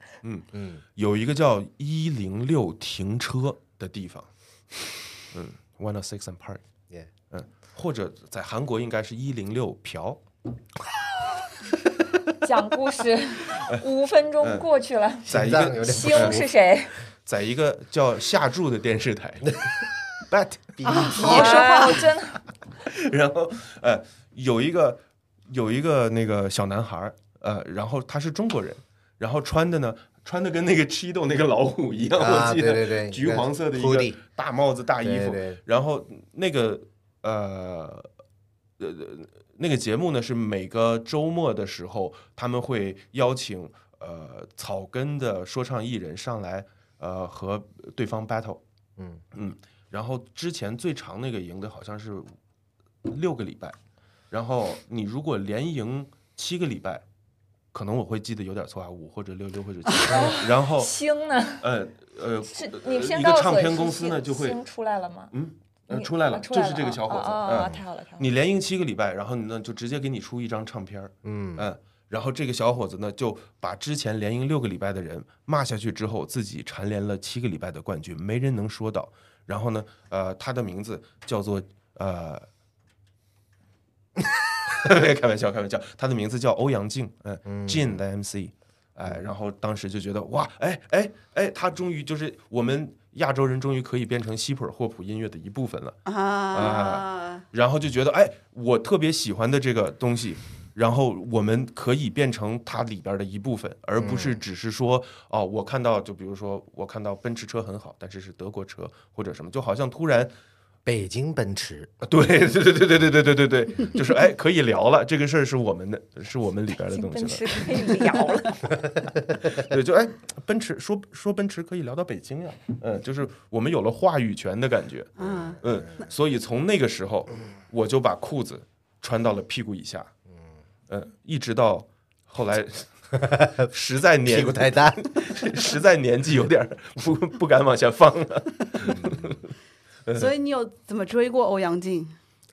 Speaker 1: 有一个叫一零六停车的地方，嗯，One of Six and Park，
Speaker 3: 耶，
Speaker 1: 嗯，或者在韩国应该是一零六朴，
Speaker 2: 讲故事五分钟过去了，
Speaker 1: 在一
Speaker 3: 心 脏有
Speaker 1: 个
Speaker 3: 点
Speaker 2: 星是谁？
Speaker 1: 在一个 叫下注的电视台，But
Speaker 2: 啊
Speaker 4: 啊
Speaker 3: 不舒服。
Speaker 2: 哇，我真的
Speaker 1: 然后呃，有一个有一个那个小男孩儿，呃，然后他是中国人，然后穿的呢穿的跟那个 Chido 那个老虎一样，
Speaker 3: 啊，
Speaker 1: 我记
Speaker 3: 对
Speaker 1: 得
Speaker 3: 对对，
Speaker 1: 橘黄色的一
Speaker 3: hoodie
Speaker 1: 个大帽子大衣
Speaker 3: 对
Speaker 1: 服，
Speaker 3: 对，
Speaker 1: 然后那个呃呃那个节目呢是每个周末的时候他们会邀请呃草根的说唱艺人上来呃和对方 battle，
Speaker 3: 嗯
Speaker 1: 嗯，然后之前最长那个赢的好像是六个礼拜，然后你如果连赢七个礼拜。可能我会记得有点错啊，五或者六，六或者 七，然后
Speaker 2: 星呢？
Speaker 1: 呃呃
Speaker 2: 是
Speaker 1: 呃
Speaker 2: 你先
Speaker 1: 一个
Speaker 2: 告诉
Speaker 1: 唱
Speaker 2: 我
Speaker 1: 片
Speaker 2: 是
Speaker 1: 公司呢
Speaker 2: 星
Speaker 1: 就会
Speaker 2: 星出来了吗？
Speaker 1: 嗯呃
Speaker 2: 你
Speaker 1: 出来了，
Speaker 2: 啊
Speaker 1: 就是这个小伙子，
Speaker 2: 啊啊啊！
Speaker 1: 嗯
Speaker 2: 太好了，太好了。
Speaker 1: 你连赢七个礼拜，然后呢就直接给你出一张唱片儿，
Speaker 3: 嗯
Speaker 1: 嗯，然后这个小伙子呢就把之前连赢六个礼拜的人骂下去之后，自己蝉联了七个礼拜的冠军，没人能说到。然后呢，呃，他的名字叫做呃。 开玩笑，开玩笑，他的名字叫欧阳靖，嗯，Jin 的 MC，哎，然后当时就觉得哇，哎哎哎，他终于就是我们亚洲人终于可以变成西普尔霍普音乐的一部分了。
Speaker 4: 啊，
Speaker 1: 然后就觉得，哎，我特别喜欢的这个东西，然后我们可以变成它里边的一部分，而不是只是说，哦，我看到，就比如说，我看到奔驰车很好，但是是德国车或者什么，就好像突然，
Speaker 3: 北京奔驰，
Speaker 1: 对对对对对对对对对对，就是哎，可以聊了，这个事儿是我们的，是我们里边的东西
Speaker 2: 奔
Speaker 1: 了。
Speaker 2: 驰可以聊了，
Speaker 1: 对，就哎，奔驰说说奔驰可以聊到北京呀、嗯，就是我们有了话语权的感觉，
Speaker 4: 嗯，
Speaker 1: 嗯，所以从那个时候，我就把裤子穿到了屁股以下，嗯，一直到后 来，实在
Speaker 3: 屁
Speaker 1: 年
Speaker 3: 股太 大，
Speaker 1: 实在年纪有点 儿不不敢往下放了
Speaker 4: 所以你有怎么追过欧阳靖？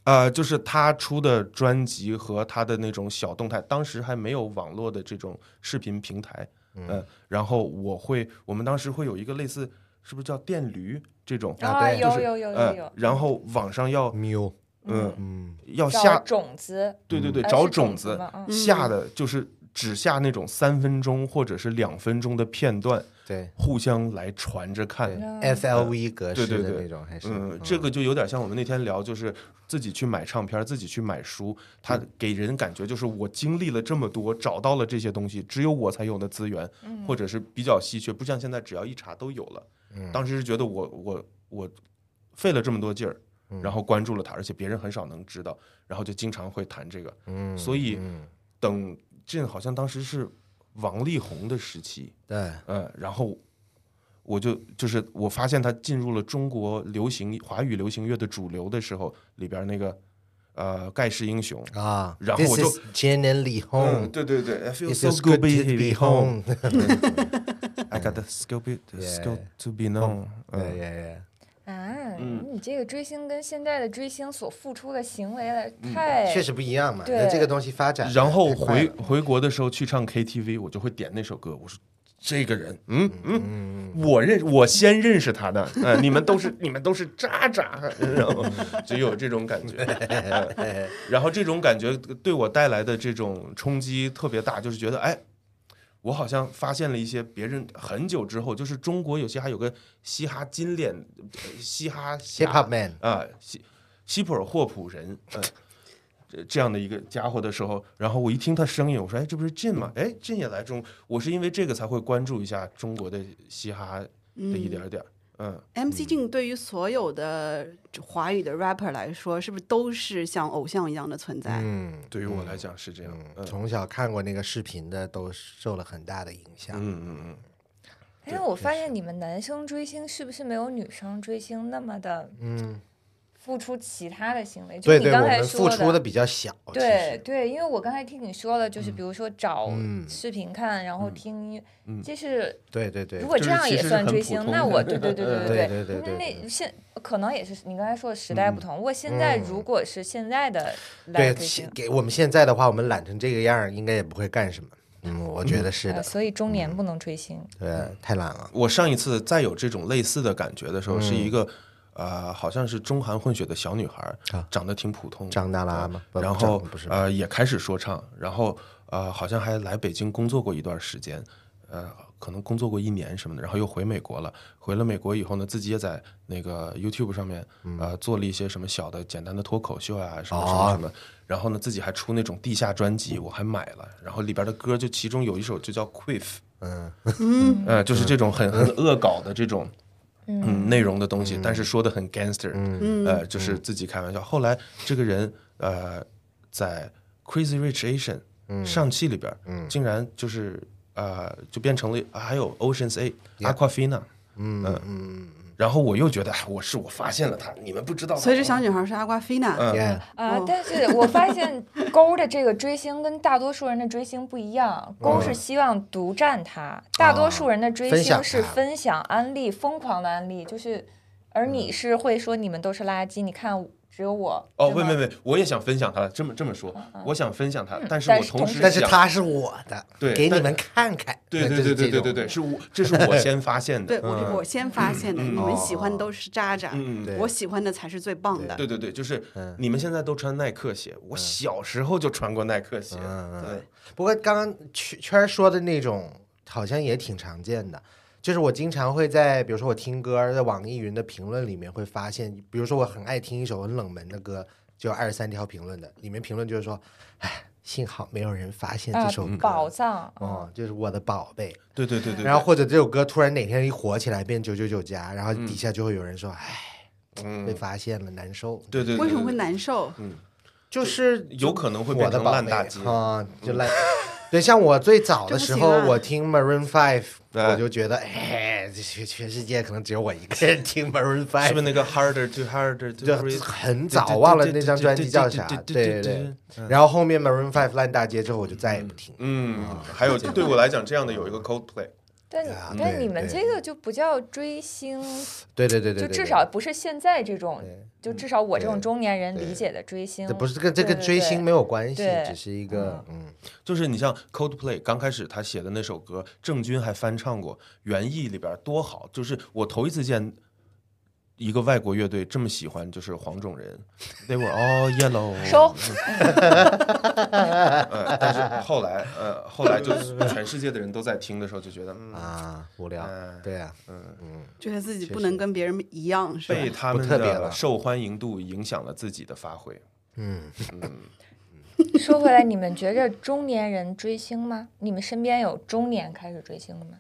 Speaker 1: 啊、就是他出的专辑和他的那种小动态，当时还没有网络的这种视频平台，嗯、然后我会，我们当时会有一个类似，是不是叫电驴这种？
Speaker 3: 啊对嗯
Speaker 1: 就
Speaker 2: 有
Speaker 1: 是
Speaker 2: 有有有
Speaker 1: 呃
Speaker 2: 有，
Speaker 1: 然后网上要
Speaker 3: 喵，
Speaker 1: 嗯
Speaker 3: 嗯，
Speaker 1: 要
Speaker 2: 找
Speaker 1: 下，
Speaker 2: 种子，
Speaker 1: 对对对，
Speaker 2: 呃
Speaker 1: 找
Speaker 2: 是种
Speaker 1: 种子，
Speaker 2: 吗？嗯
Speaker 1: 下的就是只下那种三分钟或者是两分钟的片段，
Speaker 3: 对
Speaker 1: 互相来传着看。
Speaker 2: 嗯
Speaker 3: ，F L V 格式
Speaker 1: 对对
Speaker 3: 的
Speaker 1: 对
Speaker 3: 那种，还是
Speaker 1: 嗯，这个就有点像我们那天聊，就是自己去买唱片，自己去买书，它
Speaker 3: 嗯
Speaker 1: 给人感觉就是我经历了这么多，找到了这些东西，只有我才有的资源，
Speaker 3: 嗯
Speaker 1: 或者是比较稀缺，不像现在只要一查都有了。
Speaker 3: 嗯
Speaker 1: 当时是觉得我我我费了这么多劲儿，
Speaker 3: 嗯
Speaker 1: 然后关注了它，而且别人很少能知道，然后就经常会谈这个，
Speaker 3: 嗯，
Speaker 1: 所以
Speaker 3: 嗯
Speaker 1: 等这好像当时是王力宏的时期，
Speaker 3: 对，
Speaker 1: 嗯，然后我就就是我发现他进入了中国流行华语流行乐的主流的时候，里边那个呃盖世英雄，
Speaker 3: 啊，
Speaker 1: 然后我就
Speaker 3: Jin and Lee
Speaker 1: 嗯，
Speaker 3: Hong。
Speaker 1: 对对对，I feel
Speaker 3: It
Speaker 1: so
Speaker 3: feels
Speaker 1: good
Speaker 3: good
Speaker 1: to
Speaker 3: to
Speaker 1: be
Speaker 3: be
Speaker 1: home，
Speaker 3: home。
Speaker 1: I got the skill be skill
Speaker 3: Yeah
Speaker 1: to be known，
Speaker 3: 对
Speaker 1: 嗯，
Speaker 3: 对
Speaker 2: 啊，
Speaker 1: 嗯
Speaker 2: 你这个追星跟现在的追星所付出的行为来
Speaker 3: 对，
Speaker 2: 太
Speaker 3: 嗯确实不一样嘛。
Speaker 2: 哎对
Speaker 3: 那这个东西发展得
Speaker 1: 然后
Speaker 3: 太快
Speaker 1: 回
Speaker 3: 了
Speaker 1: 回国的时候去唱 KTV，我就会点那首歌，我说。这个人，嗯嗯，我认我先认识他的， 呃，你们都是你们都是渣渣，然后 就有这种感觉，呃然后这种感觉对我带来的这种冲击特别大，就是觉得哎，我好像发现了一些别人很久之后，就是中国有些还有个嘻哈金脸，呃嘻哈侠
Speaker 3: Hip Hop Man，
Speaker 1: 啊，西西普尔霍普人，呃，这这样的一个家伙的时候，然后我一听他声音，我说，哎，这不是 Jin 吗？哎，Jin 也来中，我是因为这个才会关注一下中国的嘻哈的一点儿点儿，嗯，
Speaker 4: MC 静对于所有的华语的 rapper 来说，是不是都是像偶像一样的存在？
Speaker 3: 嗯，
Speaker 1: 啊对于我来讲是这样，
Speaker 3: 嗯，
Speaker 1: 嗯
Speaker 3: 从小看过那个视频的都受了很大的影响。
Speaker 1: 嗯嗯嗯，
Speaker 2: 哎，我发现你们男生追星是不是没有女生追星那么的
Speaker 3: 嗯，
Speaker 2: 付出其他的行为？就
Speaker 3: 对
Speaker 2: 是你
Speaker 3: 对，我
Speaker 2: 刚才
Speaker 3: 们
Speaker 2: 说
Speaker 3: 付出的比较小，其
Speaker 2: 对
Speaker 3: 实
Speaker 2: 对，因为我刚才听你说了，就是比如说找
Speaker 3: 嗯
Speaker 2: 视频看，然后听音乐，就是
Speaker 3: 对对对
Speaker 2: 如，果
Speaker 1: 就
Speaker 2: 这
Speaker 1: 是
Speaker 2: 样
Speaker 1: 其
Speaker 2: 也
Speaker 1: 实是
Speaker 2: 算
Speaker 1: 很
Speaker 2: 追
Speaker 1: 普
Speaker 2: 星，
Speaker 1: 通
Speaker 2: 那
Speaker 1: 的
Speaker 2: 我对对对对
Speaker 3: 对对对对对嗯
Speaker 2: 那现可能也是你刚才说的时代不同。不过现在如果是现在的来
Speaker 3: 对，
Speaker 2: 追
Speaker 3: 现
Speaker 2: 星，
Speaker 3: 给我们现在的话，我们懒成这个样儿，应该也不会干什么。嗯，我觉得是
Speaker 2: 呃
Speaker 3: 的，
Speaker 2: 所以中年不能追星。
Speaker 3: 嗯对，太懒了。
Speaker 1: 我上一次再有这种类似的感觉的时候，是
Speaker 3: 嗯
Speaker 1: 一个。呃，好像是中韩混血的小女孩儿，
Speaker 3: 啊
Speaker 1: 长得挺普通，啊
Speaker 3: 张大拉嘛，不
Speaker 1: 然
Speaker 3: 不张
Speaker 1: 后
Speaker 3: 不是
Speaker 1: 呃也开始说唱，然后呃好像还来北京工作过一段时间，呃可能工作过一年什么的，然后又回美国了。回了美国以后呢，自己也在那个 YouTube 上面呃做了一些什么小的简单的脱口秀啊，什么什么什么。然后呢，自己还出那种地下专辑，我还买了。然后里边的歌就其中有一首就叫《Quiff》，
Speaker 3: 嗯，
Speaker 1: 呃，就是这种很很恶搞的这种。嗯，内容的东西，但是说的很 gangster，、呃，就是自己开玩笑。后来这个人呃，在 Crazy Rich Asian、上期里边，竟然就是呃，就变成了、啊还有 Ocean's Eight、Aquafina，嗯嗯然后我又觉得，哎，我是我发现了他，你们不知道他。
Speaker 4: 所以这小女孩是阿瓜菲娜，
Speaker 1: 嗯
Speaker 3: yeah，
Speaker 2: 啊
Speaker 4: 哦，
Speaker 2: 但是我发现勾的这个追星跟大多数人的追星不一样，勾是希望独占它，大多数人的追
Speaker 3: 嗯啊分享
Speaker 2: 星是
Speaker 3: 它
Speaker 2: 分享、安利、疯狂的安利，就是，而
Speaker 3: 嗯
Speaker 2: 你是会说你们都是垃圾，你看只有我
Speaker 1: 哦，
Speaker 2: 对
Speaker 1: 喂
Speaker 2: 吗
Speaker 1: 喂喂，我也想分享他，这么这么说，我想分享他，但是
Speaker 2: 但
Speaker 1: 我
Speaker 2: 是
Speaker 1: 同
Speaker 2: 同
Speaker 1: 时
Speaker 2: 时
Speaker 3: 但是
Speaker 1: 想
Speaker 3: 他是我的，
Speaker 1: 对
Speaker 3: 给你
Speaker 1: 但
Speaker 3: 们看看。
Speaker 1: 对
Speaker 3: 那
Speaker 1: 对
Speaker 3: 就是
Speaker 1: 对对
Speaker 3: 这
Speaker 1: 对对
Speaker 3: 种
Speaker 1: 对，是我这是我先发现 的，
Speaker 4: 对我
Speaker 2: 嗯
Speaker 4: 是我先发现的，你们喜欢的都是渣渣
Speaker 1: 嗯嗯
Speaker 3: 对，
Speaker 4: 我喜欢的才是最棒的。
Speaker 1: 对对对，就是
Speaker 3: 嗯
Speaker 1: 你们现在都穿耐克鞋，我小时候就穿过耐克鞋，
Speaker 3: 嗯
Speaker 1: 对，
Speaker 3: 不过刚刚圈圈儿说的那种，好像也挺常见的。就是我经常会在，比如说我听歌，在网易云的评论里面会发现，比如说我很爱听一首很冷门的歌，就二十三条评论的，里面评论就是说，哎，幸好没有人发现这
Speaker 2: 啊
Speaker 3: 首歌，
Speaker 2: 宝藏，
Speaker 3: 哦，就是我的宝贝。
Speaker 1: 对对对对，
Speaker 3: 然后或者这首歌突然哪天一火起来变九九九加，然后底下就会有人说，哎，被
Speaker 1: 嗯，
Speaker 3: 发现了，难受。
Speaker 1: 对对，对
Speaker 4: 为什么会？
Speaker 1: 对
Speaker 4: 难受？
Speaker 3: 就是
Speaker 1: 有可能会
Speaker 3: 我
Speaker 1: 变
Speaker 3: 的
Speaker 1: 成
Speaker 3: 宝
Speaker 1: 烂
Speaker 3: 贝
Speaker 1: 大街嗯
Speaker 3: 啊，就烂。对，像我最早的时候
Speaker 4: 这不，行啊
Speaker 3: 我听 Maroon Five，
Speaker 1: 对
Speaker 3: 我就觉得，哎，这全全世界可能只有我一个人听 Maroon
Speaker 1: 是不是
Speaker 3: Five，
Speaker 1: 那个 harder to harder to
Speaker 3: 就
Speaker 1: breathe？
Speaker 3: 很早忘了那张专辑叫啥，
Speaker 1: 对
Speaker 3: 对对
Speaker 1: 对
Speaker 3: 对。然后后面 Maroon Five 烂大街之后，我就再也不听。
Speaker 1: 嗯，还有对我来讲，这样的有一个 Coldplay，
Speaker 2: 但
Speaker 3: 啊
Speaker 2: 但
Speaker 3: 对
Speaker 2: 你们
Speaker 3: 对
Speaker 2: 这个就不叫追星，
Speaker 3: 对对对对
Speaker 2: 就
Speaker 3: 对，
Speaker 2: 至
Speaker 3: 对嗯
Speaker 2: 少不是现在这种，就至少我这种
Speaker 3: 对
Speaker 2: 中年人
Speaker 3: 对
Speaker 2: 理解的追星
Speaker 3: 这，不是这个这
Speaker 2: 对
Speaker 3: 个
Speaker 2: 对
Speaker 3: 追
Speaker 2: 对
Speaker 3: 星没有关系，
Speaker 2: 对
Speaker 3: 只是一个嗯，
Speaker 1: 就是你像 Coldplay 刚开始他写的那首歌，郑钧还翻唱过，原意里边多好，就是我头一次见。一个外国乐队这么喜欢就是黄种人，They were all yellow。
Speaker 2: 收
Speaker 1: 呃，但是后来，呃，后来就是全世界的人都在听的时候，就觉得，嗯，
Speaker 3: 啊无聊
Speaker 1: 嗯，
Speaker 3: 对啊，
Speaker 4: 觉得自己不能跟别人一样，是吧？
Speaker 1: 被他
Speaker 3: 不
Speaker 1: 们
Speaker 3: 特别
Speaker 1: 的
Speaker 3: 了
Speaker 1: 受欢迎度影响了自己的发挥。
Speaker 3: 嗯
Speaker 2: 说回来，你们觉着中年人追星吗？你们身边有中年开始追星的吗？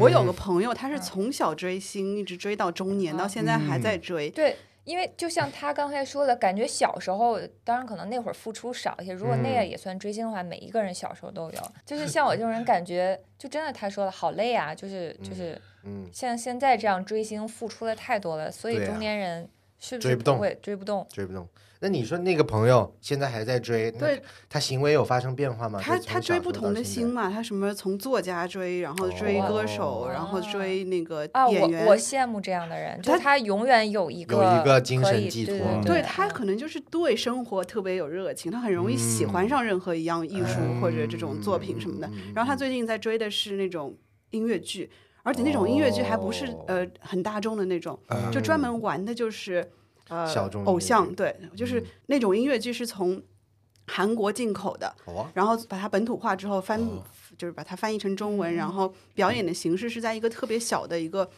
Speaker 4: 我有个朋友，他是从小追星，一直追到中年，到现在还在追。
Speaker 2: 对，因为就像他刚才说的，感觉小时候，当然可能那会儿付出少一些。如果那
Speaker 3: 嗯
Speaker 2: 个也算追星的话，每一个人小时候都 有。就是像我这种人，感觉就真的他说的好累啊，就是就是，
Speaker 3: 嗯
Speaker 2: 像现在这样追星付出的太多了，所以
Speaker 3: 对啊
Speaker 2: 中年人是不
Speaker 3: 追
Speaker 2: 是
Speaker 3: 不动
Speaker 2: 不会追不动？
Speaker 3: 追不动。那你说那个朋友现在还在追，那
Speaker 4: 对
Speaker 3: 他行为有发生变化吗？
Speaker 4: 他
Speaker 3: 就从
Speaker 4: 他追
Speaker 3: 小
Speaker 4: 不
Speaker 3: 时候到
Speaker 4: 同的
Speaker 3: 现在
Speaker 4: 星嘛，他什么从作家追，然后追
Speaker 3: 哦
Speaker 4: 歌手，
Speaker 2: 哦
Speaker 4: 然后追那个
Speaker 2: 啊，我
Speaker 4: 演员。
Speaker 2: 我羡慕这样的人，就
Speaker 4: 他
Speaker 2: 他永远有一个
Speaker 3: 有一个精
Speaker 2: 可
Speaker 3: 神
Speaker 2: 以
Speaker 3: 寄
Speaker 2: 对
Speaker 3: 托啊
Speaker 2: 对对
Speaker 4: 对他可能就是对生活特别有热情，他很容易
Speaker 3: 嗯
Speaker 4: 喜欢上任何一样艺术
Speaker 3: 哎
Speaker 4: 或者这种作品什么的。
Speaker 3: 嗯
Speaker 4: 然后他最近在追的是那种音乐剧，而且那种音乐剧还不是、
Speaker 3: 哦
Speaker 4: 呃很大众的那种，就专门玩的就是呃
Speaker 3: 嗯小众音乐
Speaker 4: 偶像，
Speaker 3: 剧嗯
Speaker 4: 对，就是那种音乐剧是从韩国进口的，
Speaker 3: 哦
Speaker 4: 然后把它本土化之后翻，
Speaker 3: 嗯
Speaker 4: 就是把它翻译成中文，然后表演的形式是在一个特别小的一个。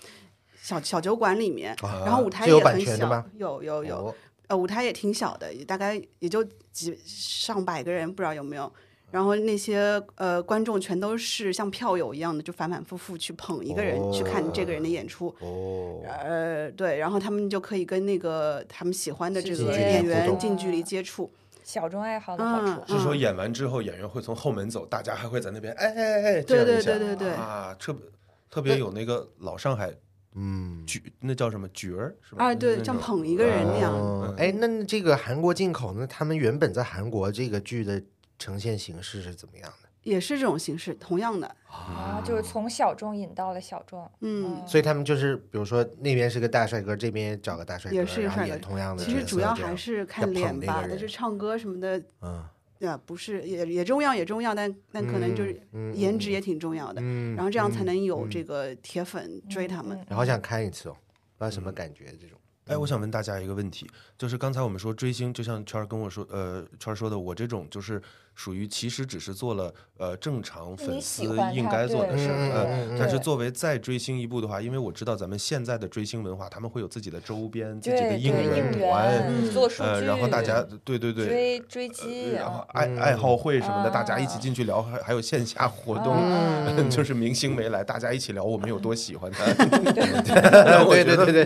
Speaker 4: 小小酒馆里面，然后舞台
Speaker 3: 啊这有
Speaker 4: 也
Speaker 3: 版
Speaker 4: 很
Speaker 3: 权的
Speaker 4: 小，
Speaker 3: 吗
Speaker 4: 有有有，
Speaker 3: 哦
Speaker 4: 呃，舞台也挺小的，大概也就几上百个人，不知道有没有。然后那些呃观众全都是像票友一样的，就反反复复去捧一个人，去看这个人的演出。
Speaker 3: 哦，
Speaker 4: 呃，对，然后他们就可以跟那个他们喜欢的这
Speaker 2: 直
Speaker 4: 个
Speaker 2: 接
Speaker 4: 演
Speaker 2: 互
Speaker 4: 员
Speaker 2: 动
Speaker 4: 近距离接触。
Speaker 2: 小众爱好的
Speaker 4: 嗯
Speaker 2: 好处。
Speaker 1: 是说演完之后，演员会从后门走，大家还会在那边，哎哎哎，这
Speaker 4: 对
Speaker 1: 样
Speaker 4: 对
Speaker 1: 一下
Speaker 4: 对对对
Speaker 1: 啊，特别特别有那个老上海
Speaker 3: 嗯，
Speaker 1: 角，那叫什么角儿是吧？
Speaker 4: 啊，对，
Speaker 1: 那
Speaker 4: 像
Speaker 1: 种
Speaker 4: 捧一个人那样。嗯
Speaker 3: 哦哎，那这个韩国进口呢？他们原本在韩国这个剧的呈现形式是怎么样的？
Speaker 4: 也是这种形式，同样的，
Speaker 2: 啊，就是从小众引到了小众。
Speaker 4: 嗯，
Speaker 3: 所以他们就是，比如说那边是个大帅哥，这边找个大帅哥，
Speaker 4: 也是
Speaker 3: 然后
Speaker 4: 帅
Speaker 3: 演
Speaker 4: 哥
Speaker 3: 同样的
Speaker 4: 其
Speaker 3: 角色这
Speaker 4: 实
Speaker 3: 样。
Speaker 4: 主要还是看
Speaker 3: 要
Speaker 4: 脸
Speaker 3: 捧那
Speaker 4: 吧
Speaker 3: 个，
Speaker 4: 但
Speaker 3: 人
Speaker 4: 是唱歌什么的，
Speaker 3: 嗯，
Speaker 4: 啊，不是也也重要也重要，但但可能就是
Speaker 3: 嗯
Speaker 4: 颜值也挺重要的，然后这样才能有这个铁粉追他们。
Speaker 2: 嗯
Speaker 3: 哎
Speaker 4: 嗯
Speaker 3: 然后想看一次哦，不知道什么感觉这种。
Speaker 1: 哎，我想问大家一个问题，就是刚才我们说追星，就像圈儿跟我说，呃，圈儿说的，我这种就是属于其实只是做了呃正常粉
Speaker 2: 你喜
Speaker 1: 丝
Speaker 2: 欢
Speaker 1: 应
Speaker 2: 他
Speaker 1: 该做
Speaker 2: 对
Speaker 1: 的事儿，
Speaker 2: 是
Speaker 1: 呃
Speaker 2: 对
Speaker 1: 但是
Speaker 2: 对
Speaker 1: 作为再追星一步的话，因为我知道咱们现在的追星文化，他们会有自己的周边、自
Speaker 2: 对
Speaker 1: 己的
Speaker 2: 对
Speaker 1: 应
Speaker 2: 援
Speaker 1: 团，
Speaker 2: 做数
Speaker 1: 呃，
Speaker 2: 据，
Speaker 1: 然后大家对对对，
Speaker 2: 追追击，
Speaker 1: 然后
Speaker 2: 啊
Speaker 1: 爱爱好会什么的，大家一起
Speaker 2: 啊
Speaker 1: 进去聊，还还有线下活
Speaker 2: 啊
Speaker 1: 动。
Speaker 2: 啊
Speaker 3: 嗯
Speaker 2: 啊
Speaker 1: 就是明星没来，大家一起聊我们有多喜欢他。
Speaker 3: 对对对对，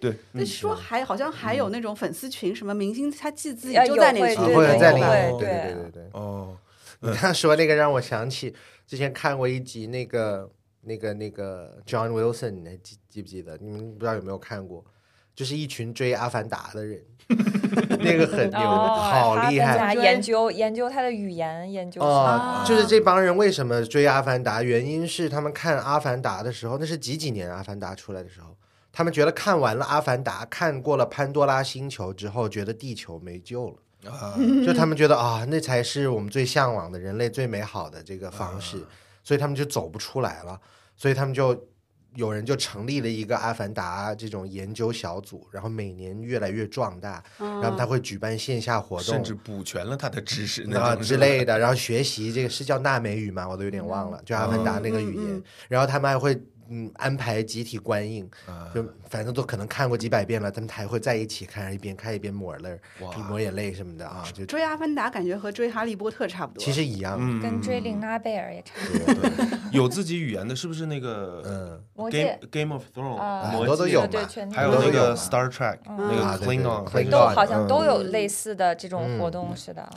Speaker 1: 对，
Speaker 4: 那
Speaker 3: 嗯
Speaker 4: 说还好像还有那种粉丝群，什么明星他记自己
Speaker 2: 啊
Speaker 4: 就
Speaker 2: 有
Speaker 4: 在那
Speaker 2: 会
Speaker 4: 个群
Speaker 2: 对
Speaker 4: 里
Speaker 3: 或者
Speaker 4: 面
Speaker 3: 在
Speaker 1: 对
Speaker 3: 里面，
Speaker 2: 对
Speaker 3: 对
Speaker 2: 对
Speaker 3: 对对对。
Speaker 1: 哦，
Speaker 3: 你刚说那个让我想起之前看过一集那个那个那个 John Wilson，你还记记不记得？你们不知道有没有看过？就是一群追《阿凡达》的人， 那个很牛，
Speaker 2: 哦
Speaker 3: 好
Speaker 2: 他
Speaker 3: 厉
Speaker 2: 跟
Speaker 3: 害
Speaker 2: 他研究研究他的语言，研究
Speaker 3: 哦！
Speaker 2: 啊
Speaker 3: 就是这帮人为什么追《阿凡达》？原因是他们看《阿凡达》的时候，那是几几年《阿凡达》出来的时候，他们觉得看完了《阿凡达》，看过了潘多拉星球之后，觉得地球没救了。
Speaker 1: 啊，
Speaker 3: 就他们觉得啊，那才是我们最向往的人类最美好的这个方
Speaker 1: 啊
Speaker 3: 式，所以他们就走不出来了，所以他们就有人就成立了一个阿凡达这种研究小组，然后每年越来越壮大，
Speaker 2: 嗯
Speaker 3: 然后他会举办线下活
Speaker 1: 甚
Speaker 3: 动
Speaker 1: 至补全了他的知识那
Speaker 3: 啊
Speaker 1: 种
Speaker 3: 之
Speaker 1: 是吧
Speaker 3: 类的，然后学习这个是叫纳美语吗？我都有点忘了，就阿凡达那个语
Speaker 4: 嗯嗯
Speaker 3: 言，然后他们还会。嗯，安排集体观映，
Speaker 1: 啊
Speaker 3: 就反正都可能看过几百遍了，他们还会在一起看，一边看一边抹泪儿，
Speaker 1: 哇
Speaker 3: 抹眼泪什么的啊，就
Speaker 4: 追《阿凡达》，感觉和追《哈利波特》差不多。
Speaker 3: 其实一样的。
Speaker 1: 嗯
Speaker 2: 跟追琳娜贝尔也差不多。
Speaker 1: 有自己语言的，是不是那个
Speaker 3: 嗯
Speaker 2: 魔
Speaker 1: Game
Speaker 2: 戒
Speaker 1: Game of
Speaker 2: 啊
Speaker 1: Thrones
Speaker 3: 很
Speaker 1: 魔
Speaker 3: 多都
Speaker 1: 戒
Speaker 3: 有
Speaker 2: 对
Speaker 3: 嘛
Speaker 2: 全，
Speaker 1: 还
Speaker 2: 都
Speaker 1: 有那
Speaker 3: 都有
Speaker 1: 个
Speaker 3: 嘛
Speaker 1: Star Trek 那
Speaker 3: 啊
Speaker 1: 个
Speaker 3: 对对
Speaker 1: Klingon
Speaker 3: 对 Klingon
Speaker 2: 都好像
Speaker 3: 嗯
Speaker 2: 都有类似的这种活动似的啊，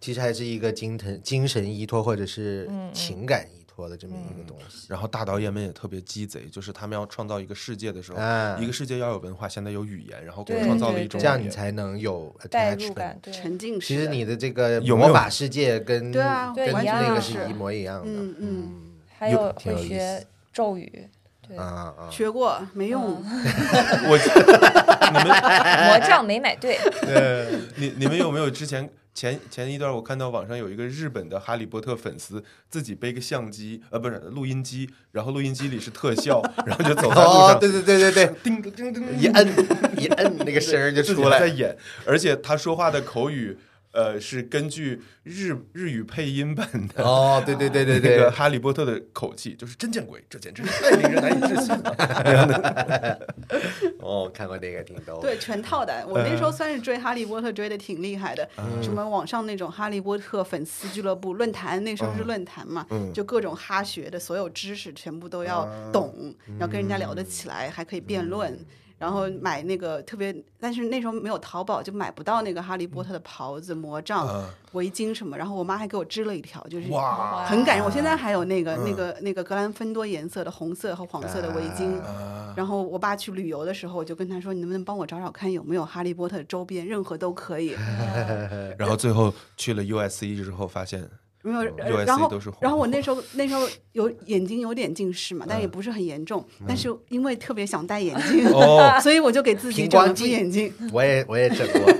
Speaker 3: 其实还是一个精神精神依托或者是
Speaker 4: 嗯
Speaker 3: 情感依托的这么一个东西。
Speaker 1: 然后大导演们也特别鸡贼，就是他们要创造一个世界的时候，
Speaker 3: 啊
Speaker 1: 一个世界要有文化，现在有语言，然后
Speaker 2: 对
Speaker 1: 创造了一
Speaker 2: 对
Speaker 1: 种
Speaker 3: 这样
Speaker 1: 语
Speaker 3: 你
Speaker 1: 言
Speaker 3: 才能有
Speaker 2: 代入感
Speaker 3: attachment。
Speaker 2: 对。
Speaker 4: 沉浸式
Speaker 3: 其
Speaker 4: 的。
Speaker 3: 实你的这个
Speaker 1: 有没有
Speaker 3: 魔法世界跟
Speaker 4: 对啊
Speaker 3: 跟
Speaker 2: 对一样
Speaker 3: 那个
Speaker 2: 的
Speaker 3: 是一模一样的。
Speaker 4: 嗯嗯，
Speaker 2: 还
Speaker 3: 有
Speaker 2: 有
Speaker 3: 挺
Speaker 2: 会
Speaker 3: 有意
Speaker 2: 学
Speaker 3: 思
Speaker 2: 咒语，对，
Speaker 3: 啊啊！
Speaker 4: 学过没
Speaker 2: 嗯
Speaker 4: 用，
Speaker 1: 我
Speaker 2: 魔杖没买对，
Speaker 1: 呃你你们有没有之前前前一段我看到网上有一个日本的哈利波特粉丝自己背个相机呃不是录音机，然后录音机里是特效，然后就走在路
Speaker 3: 哦
Speaker 1: 上，
Speaker 3: 对对对对对，
Speaker 1: 叮叮叮叮
Speaker 3: 一摁一摁，那个声儿就
Speaker 1: 自己
Speaker 3: 出
Speaker 1: 还在
Speaker 3: 来。
Speaker 1: 演，而且他说话的口语，呃，是根据日日语配音版的。
Speaker 3: 哦，对对对对
Speaker 1: 那个
Speaker 3: 对，
Speaker 1: 哈利波特的口气就是真见鬼，这简直是太令人难以置信了。
Speaker 3: 哦，看过那个挺 逗。
Speaker 4: 对，全套的。我那时候算是追《哈利波特》追的挺厉害的，什么网上那种《哈利波特》粉丝俱乐部论坛，那时候是论坛嘛，就各种哈学的所有知识全部都要懂，然后跟人家聊得起来，还可以辩论。然后买那个特别，但是那时候没有淘宝，就买不到那个哈利波特的袍子、魔杖、围巾什么。然后我妈还给我织了一条，就是
Speaker 1: 哇
Speaker 4: 很感人。我现在还有那个、那个那个格兰芬多颜色的红色和黄色的围巾。然后我爸去旅游的时候，我就跟他说：“你能不能帮我找找看有没有哈利波特的周边，任何都可以。
Speaker 1: 然后最后去了 USC 之后，发现”
Speaker 4: 没有，
Speaker 1: USC
Speaker 4: 呃然后
Speaker 1: 都是红
Speaker 4: 然后我那时候那时候有眼睛有点近视嘛，但也不是很严重，但是因为特别想戴眼镜，
Speaker 1: 哦
Speaker 4: 所以我就给自己
Speaker 3: 平
Speaker 4: 整
Speaker 3: 光
Speaker 4: 了副
Speaker 3: 镜
Speaker 4: 眼镜。
Speaker 3: 我也我也 整过，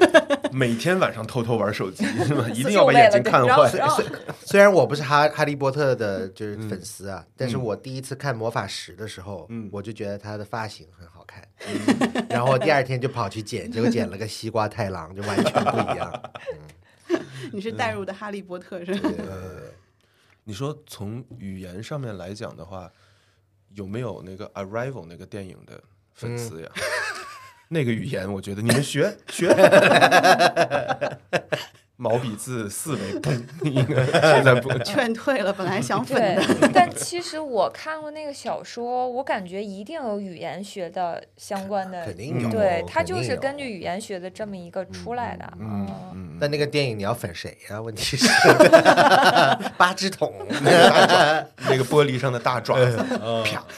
Speaker 1: 每天晚上偷偷玩手机，是 吧一定
Speaker 2: 就
Speaker 1: 要把
Speaker 2: 为
Speaker 1: 眼
Speaker 2: 了
Speaker 1: 睛
Speaker 2: 这
Speaker 1: 看
Speaker 4: 然后然
Speaker 1: 坏。
Speaker 4: 后
Speaker 3: 虽然我不是哈哈利波特的就是粉丝
Speaker 2: 嗯
Speaker 3: 啊，但是我第一次看魔法石的时候，
Speaker 1: 嗯
Speaker 3: 我就觉得他的发型很好看， 然后我第二天就跑去剪，结果剪了个西瓜太郎，就完全不 一样。
Speaker 4: 你是带入的哈利波特是吧？
Speaker 1: 你说从语言上面来讲的话，有没有那个 Arrival 那个电影的
Speaker 3: 嗯
Speaker 1: 粉丝呀？ 那个语言，我觉得你们学 学，毛笔字四维，砰，应该现在 不
Speaker 4: 劝退了，本 来想粉
Speaker 2: 对
Speaker 4: 的。，
Speaker 2: 但其实我看过那个小说，我感觉一定有语言学的相关的，
Speaker 3: 肯定
Speaker 2: 嗯
Speaker 3: 有
Speaker 2: 对，
Speaker 3: 肯
Speaker 2: 它就
Speaker 3: 定
Speaker 2: 是
Speaker 3: 有
Speaker 2: 根据语言学的这么一个出来的，嗯，
Speaker 3: 但那个电影你要粉谁呀、 问题是八只桶，
Speaker 1: 那个玻璃上的大爪子，
Speaker 3: 啪，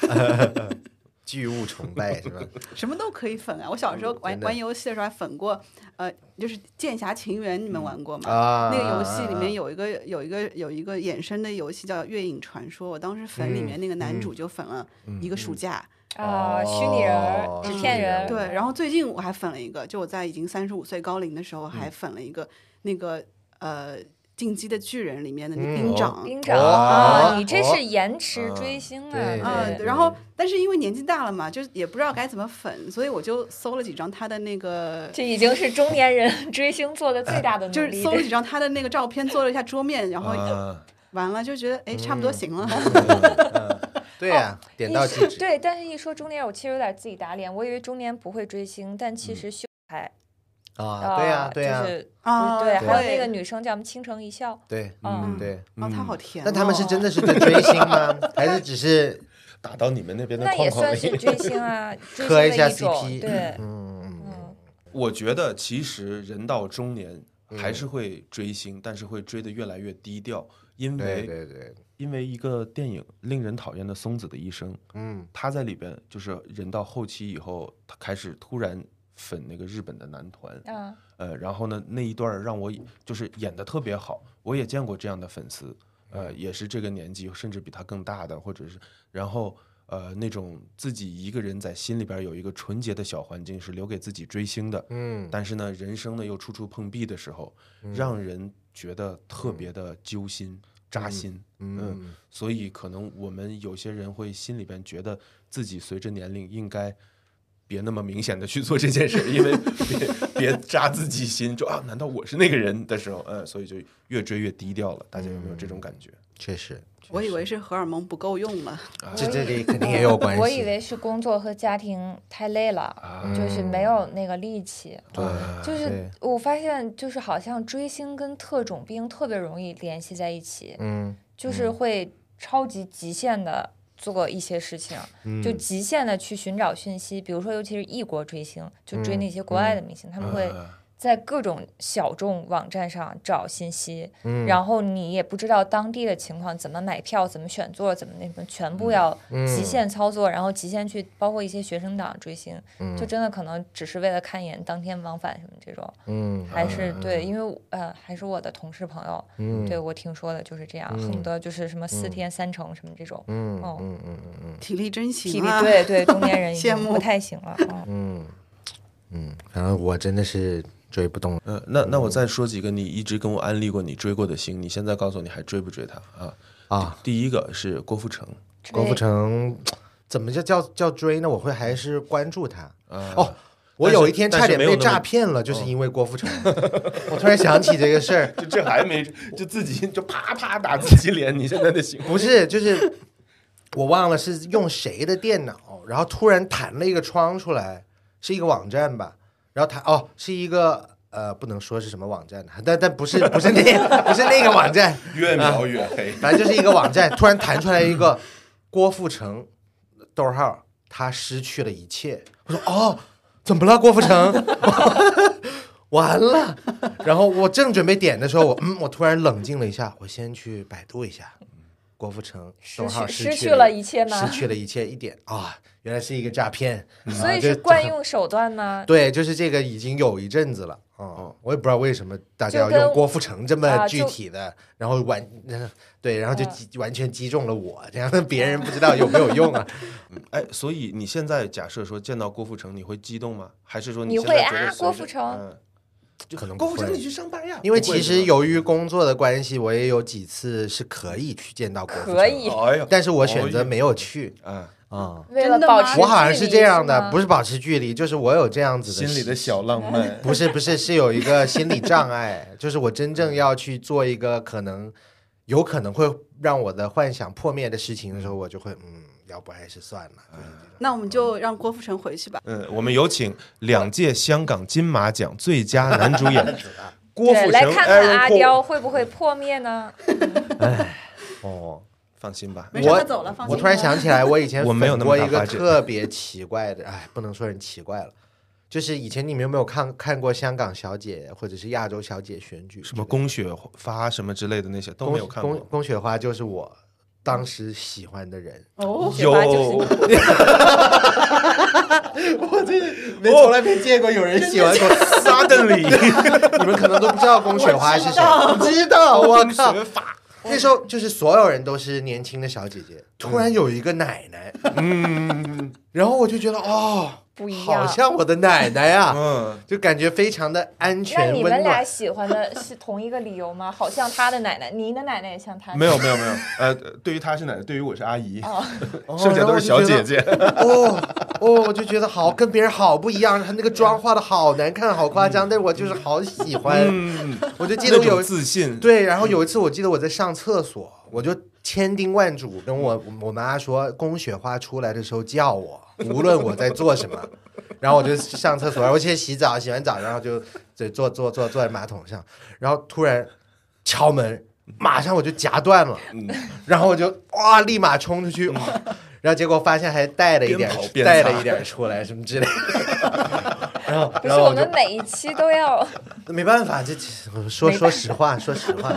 Speaker 3: 巨物崇拜是吧？
Speaker 4: 什么都可以粉啊！我小时候玩
Speaker 3: 真的
Speaker 4: 玩游戏的时候还粉过，呃，就是《剑侠情缘》，你们玩过吗？
Speaker 3: 啊
Speaker 4: 那个游戏里面有一个有一个有一个衍生的游戏叫《月影传说》，我当时粉里
Speaker 3: 嗯
Speaker 4: 面那个男主就粉了一个暑假，
Speaker 2: 啊，虚拟人儿、纸
Speaker 3: 虚拟
Speaker 2: 片人
Speaker 3: 人
Speaker 2: 儿，
Speaker 3: 嗯
Speaker 4: 对。然后最近我
Speaker 3: 嗯
Speaker 4: 还粉了一个，就我在已经三十五岁高龄的时候还粉了一个、那个呃进击的巨人》里面的那个
Speaker 3: 嗯
Speaker 4: 兵
Speaker 3: 哦
Speaker 4: 长。
Speaker 2: 兵长
Speaker 3: 哦
Speaker 2: 啊，你这
Speaker 3: 哦
Speaker 2: 是延迟追星
Speaker 3: 对对
Speaker 2: 啊！
Speaker 4: 嗯，
Speaker 2: 对
Speaker 4: 然后但是因为年纪大了嘛，就也不知道该怎么粉，所以我就搜了几张他的那个，
Speaker 2: 这已经是中年人追星做的最大 的
Speaker 4: 就
Speaker 2: 努
Speaker 4: 是
Speaker 2: 力。
Speaker 4: 搜了几张他的那个照片，做了一下桌面，然后
Speaker 1: 啊，
Speaker 4: 完了就觉得哎，差
Speaker 3: 嗯
Speaker 4: 不多行 了。
Speaker 3: 对呀、点到
Speaker 2: 一
Speaker 3: 即
Speaker 2: 说
Speaker 3: 止。
Speaker 2: 对，但哦哎是一说中年，我其实有点自己打脸。我以为中年不会追星，但其实秀才
Speaker 3: 嗯啊，对呀、对呀、
Speaker 2: 哦就是
Speaker 4: 啊，
Speaker 2: 对，还有那
Speaker 4: 对
Speaker 2: 个女生叫什么倾城一笑，
Speaker 3: 对，
Speaker 2: 嗯，
Speaker 3: 嗯对。
Speaker 4: 啊，他好甜、哦。
Speaker 3: 那他们是真的是在追星 吗？还是只是
Speaker 1: 打到你们那边的
Speaker 2: 那也
Speaker 1: 框框
Speaker 2: 算是
Speaker 1: 里。
Speaker 2: 追星 啊，追星
Speaker 3: 磕一下
Speaker 2: 的一种，
Speaker 3: CP？
Speaker 2: 对，
Speaker 3: 嗯，
Speaker 2: 嗯，
Speaker 1: 我觉得其实人到中年
Speaker 3: 嗯
Speaker 1: 还是会追星，但是会追的越来越低调，因
Speaker 3: 对
Speaker 1: 为
Speaker 3: 对对，
Speaker 1: 因为一个电影《令人讨厌的松子的一生》，
Speaker 3: 嗯
Speaker 1: 他在里边就是人到后期以后，他开始突然粉那个日本的男团，
Speaker 2: 啊，
Speaker 1: 呃，然后呢那一段儿让我就是演的特别好，我也见过这样的粉丝，呃，也是这个年纪甚至比他更大的，或者是然后呃那种自己一个人在心里边儿有一个纯洁的小环境是留给自己追星的，
Speaker 3: 嗯，
Speaker 1: 但是呢人生呢又处处碰壁的时候，让人觉得特别的揪心、扎心，嗯，所以可能我们有些人会心里边觉得自己随着年龄应该别那么明显的去做这件事，因为别别扎自己心，就啊，难道我是那个人的时候，嗯，所以就越追越低调了。大家有没有这种感觉？
Speaker 3: 确实，
Speaker 4: 我以为是荷尔蒙不够用了，
Speaker 3: 这这里肯定也有关系。 啊
Speaker 2: 我以为是工作和家庭太累了，就是没有那个力气。
Speaker 3: 对
Speaker 2: 就是我发现，就是好像追星跟特种兵特别容易联系在一起，
Speaker 3: 嗯，
Speaker 2: 就是会超级极限的做一些事情，就极限的去寻找讯息。比如说，尤其是异国追星，就追那些国外的明星，他们会在各种小众网站上找信息，然后你也不知道当地的情况，怎么买票，怎么选座，怎么那什么，全部要极限操作，然后极限去，包括一些学生党追星，就真的可能只是为了看一眼当天往返什么这种，
Speaker 3: 嗯，嗯
Speaker 2: 还是对，因为我呃，还是我的同事朋友，对我听说的就是这样，恨不得就是什么四天三成什么这种，嗯，哦，
Speaker 4: 体力真
Speaker 2: 体
Speaker 4: 行
Speaker 2: 力
Speaker 4: 啊！
Speaker 2: 对对，中年人已
Speaker 4: 羡
Speaker 2: 经
Speaker 4: 慕
Speaker 2: 不太行了，嗯，
Speaker 3: 反正我真的是追不动了。
Speaker 1: 嗯，那那我再说几个你一直跟我安利过你追过的星，你现在告诉我你还追不追他啊？
Speaker 3: 啊，
Speaker 1: 第一个是郭富城，
Speaker 3: 郭富
Speaker 2: 对
Speaker 3: 城啊怎么叫叫叫追呢？我会还是关注他。哦，我有一
Speaker 1: 啊
Speaker 3: 天
Speaker 1: 但
Speaker 3: 差
Speaker 1: 是
Speaker 3: 点
Speaker 1: 没有
Speaker 3: 被
Speaker 1: 那么哦
Speaker 3: 诈骗了，就是因为郭富城。我突然想起这个事儿，
Speaker 1: 就这还没就自己就啪啪打自己脸，你现在的行
Speaker 3: 不是，就是我忘了是用谁的电脑，然后突然弹了一个窗出来，是一个网站吧，然后弹哦，是一个呃，不能说是什么网站，但但不是不是那不是那个网站，
Speaker 1: 越描越黑。
Speaker 3: 反正就是一个网站，突然弹出来一个郭富城，逗号，他失去了一切。我说哦，怎么了，郭富城？ 完了，然后我正准备点的时候，我嗯，我突然冷静了一下，我先去百度一下，郭富城
Speaker 2: 失
Speaker 3: 逗号
Speaker 2: 去
Speaker 3: 失
Speaker 2: 失去
Speaker 3: 了
Speaker 2: 了一切吗
Speaker 3: 失去了一切一点啊，原来是一个诈骗，
Speaker 2: 所以
Speaker 3: 啊就是
Speaker 2: 惯用手段 吗？
Speaker 3: 对，就是这个已经有一阵子了。哦，我也不知道为什么大家要
Speaker 2: 就跟
Speaker 3: 用郭富城这么
Speaker 2: 啊
Speaker 3: 具
Speaker 2: 就
Speaker 3: 体的，然后完，对，然后就
Speaker 2: 啊
Speaker 3: 击完全击中了我，这样别人不知道有没有用啊？
Speaker 1: 哎，所以你现在假设说见到郭富城，你会激动吗？还是说
Speaker 2: 你
Speaker 1: 现
Speaker 2: 会
Speaker 1: 在觉得
Speaker 2: 啊
Speaker 1: 随
Speaker 2: 郭
Speaker 1: 着
Speaker 2: 富城
Speaker 1: 嗯就
Speaker 3: 可能
Speaker 1: 郭
Speaker 3: 不
Speaker 1: 富城
Speaker 3: 会
Speaker 1: 你去上班呀？
Speaker 3: 因为
Speaker 1: 不会
Speaker 3: 其
Speaker 1: 是
Speaker 3: 实
Speaker 1: 吧
Speaker 3: 由于工作的关系，我也有几次是可以去见到郭富城的，
Speaker 2: 可以
Speaker 1: 哎呀，
Speaker 3: 但是我选择没有去
Speaker 1: 啊，
Speaker 3: 啊。
Speaker 2: 为
Speaker 4: 真
Speaker 2: 了
Speaker 4: 的
Speaker 2: 保
Speaker 4: 吗
Speaker 2: 持
Speaker 3: 我好像
Speaker 2: 距
Speaker 3: 是
Speaker 2: 离
Speaker 3: 这样的，
Speaker 2: 吗
Speaker 3: 不是保持距离，就是我有这样子的
Speaker 1: 心里的小浪漫。
Speaker 3: 不是不是，是有一个心理障碍， 就是我真正要去做一个可能有可能会让我的幻想破灭的事情的时候，我就会嗯，要不还是算了。就是这种
Speaker 4: 那我们就让郭富城回去吧。
Speaker 1: 嗯，我们有请两届香港金马奖最佳男主 演郭
Speaker 2: 对
Speaker 1: 富
Speaker 2: 来
Speaker 1: 城
Speaker 2: 看看
Speaker 3: 哎
Speaker 1: Aaron
Speaker 2: 阿
Speaker 1: Paul
Speaker 2: 刁会不会破灭呢？
Speaker 3: 哦，
Speaker 1: 放心吧，
Speaker 4: 没事，
Speaker 3: 我
Speaker 4: 他走了，放心。
Speaker 3: 我突然，想起来，我以 前
Speaker 1: 我没有那么
Speaker 3: 粉过
Speaker 1: 大
Speaker 3: 一个
Speaker 1: 发展
Speaker 3: 特别奇怪的，哎，不能说人奇怪了。就是以前你们有没有看看过香港小姐或者是亚洲小姐选举之类
Speaker 1: 什
Speaker 3: 的？
Speaker 1: 么宫雪发什么之类的那些都
Speaker 3: 宫
Speaker 1: 没有看
Speaker 3: 宫
Speaker 1: 过。
Speaker 3: 宫雪花就是我当时喜欢的人，
Speaker 4: 哦，
Speaker 2: 雪花就
Speaker 1: 哦
Speaker 3: 我从来没见过有人喜欢过
Speaker 1: Suddenly，
Speaker 3: 你们可能都不知道龚雪花是谁，知道，我靠！那时候就是所有人都是年轻的小姐姐，突然有一个奶奶，嗯，然后我就觉得哦，
Speaker 2: 嗯不一
Speaker 3: 好
Speaker 2: 样。
Speaker 3: 像我的奶奶呀、
Speaker 1: 嗯，
Speaker 3: 就感觉非常的安
Speaker 2: 那
Speaker 3: 全
Speaker 2: 你
Speaker 3: 温
Speaker 2: 们俩
Speaker 3: 暖。
Speaker 2: 喜欢的是同一个理由吗？好像他的奶奶，你的奶奶也像他。
Speaker 1: 没有没有没有，呃，对于她是奶奶，对于我是阿姨，
Speaker 2: 啊 哦，
Speaker 1: 剩下都是小姐姐。
Speaker 3: 哦哦，我就觉得好跟别人好不一样，他那个妆化的好难看，好夸
Speaker 2: 嗯
Speaker 3: 张，但是我就是好喜欢。
Speaker 1: 嗯，
Speaker 3: 我就记得
Speaker 1: 那
Speaker 3: 我有
Speaker 1: 种
Speaker 3: 一次
Speaker 1: 自信，
Speaker 3: 对，然后有一次我记得我在上厕所，我就千叮万嘱跟我我妈说，宫雪花出来的时候叫我，无论我在做什么。然后我就上厕所，然后我先洗澡，洗完澡然后就就坐坐坐坐在马桶上，然后突然敲门，马上我就夹断了，
Speaker 1: 嗯
Speaker 3: 然后我就哇立马冲出去。哇然后结果发现还带了一点
Speaker 1: 边跑，边
Speaker 3: 带
Speaker 1: 擦
Speaker 3: 了一点出来什么之类的， 然后
Speaker 2: 不是
Speaker 3: 然后
Speaker 2: 我
Speaker 3: 我就
Speaker 2: 们每一期都要。
Speaker 3: 没办法，这这说
Speaker 2: 没
Speaker 3: 说
Speaker 2: 办
Speaker 3: 实话，说实话，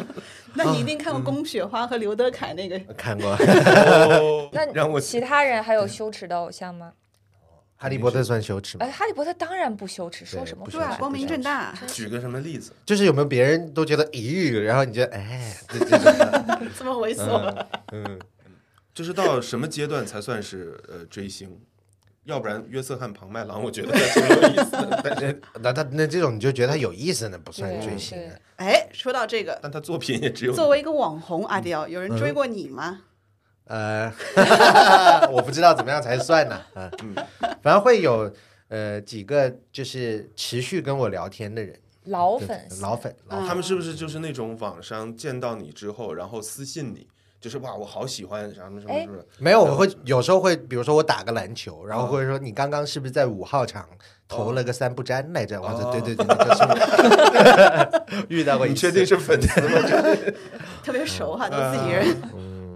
Speaker 4: 那你一定看过宫雪花和刘德凯 那个
Speaker 3: 看过。
Speaker 1: 哦
Speaker 2: 那
Speaker 1: 让我
Speaker 2: 其他人还有羞耻的偶像吗？
Speaker 3: 哈利波特算羞耻吗
Speaker 2: 哎，？哈利波特当然不羞耻，说什么
Speaker 3: 不
Speaker 2: 话
Speaker 3: 羞
Speaker 4: 对
Speaker 3: 耻
Speaker 4: 吧？
Speaker 2: 呀？
Speaker 4: 光明正大，
Speaker 1: 举个什么例子？
Speaker 3: 就是有没有别人都觉得咦，然后你觉得哎，这这这
Speaker 4: 这么猥琐。
Speaker 1: 就是到什么阶段才算是呃追星？要不然约瑟汉庞麦郎，我觉得挺有意思的，但是
Speaker 3: 那他那这种你就觉得他有意思，那不算
Speaker 2: 对
Speaker 3: 追星啊。
Speaker 2: 对，
Speaker 4: 哎，说到这个，
Speaker 1: 但他作品也只有
Speaker 4: 作为一个网红阿迪奥，有人追过你吗？
Speaker 2: 嗯
Speaker 3: 呃， 我不知道怎么样才算 呢。啊，嗯，反正会有呃几个就是持续跟我聊天的人，
Speaker 2: 老粉丝，嗯
Speaker 3: 老粉，老粉
Speaker 1: 他们是不是就是那种网上见到你之后，然后私信你，就是哇，我好喜欢什么什么
Speaker 2: 哎
Speaker 1: 什么，
Speaker 3: 没有，我会有时候会，比如说我打个篮球，然后或者说你刚刚是不是在五号场投了个三不沾来着？我说
Speaker 1: 哦
Speaker 3: 对对对，那就是我遇到过一
Speaker 1: 你
Speaker 3: 次。
Speaker 1: 确定是粉丝 吗？
Speaker 4: 特别熟哈，都是自己人。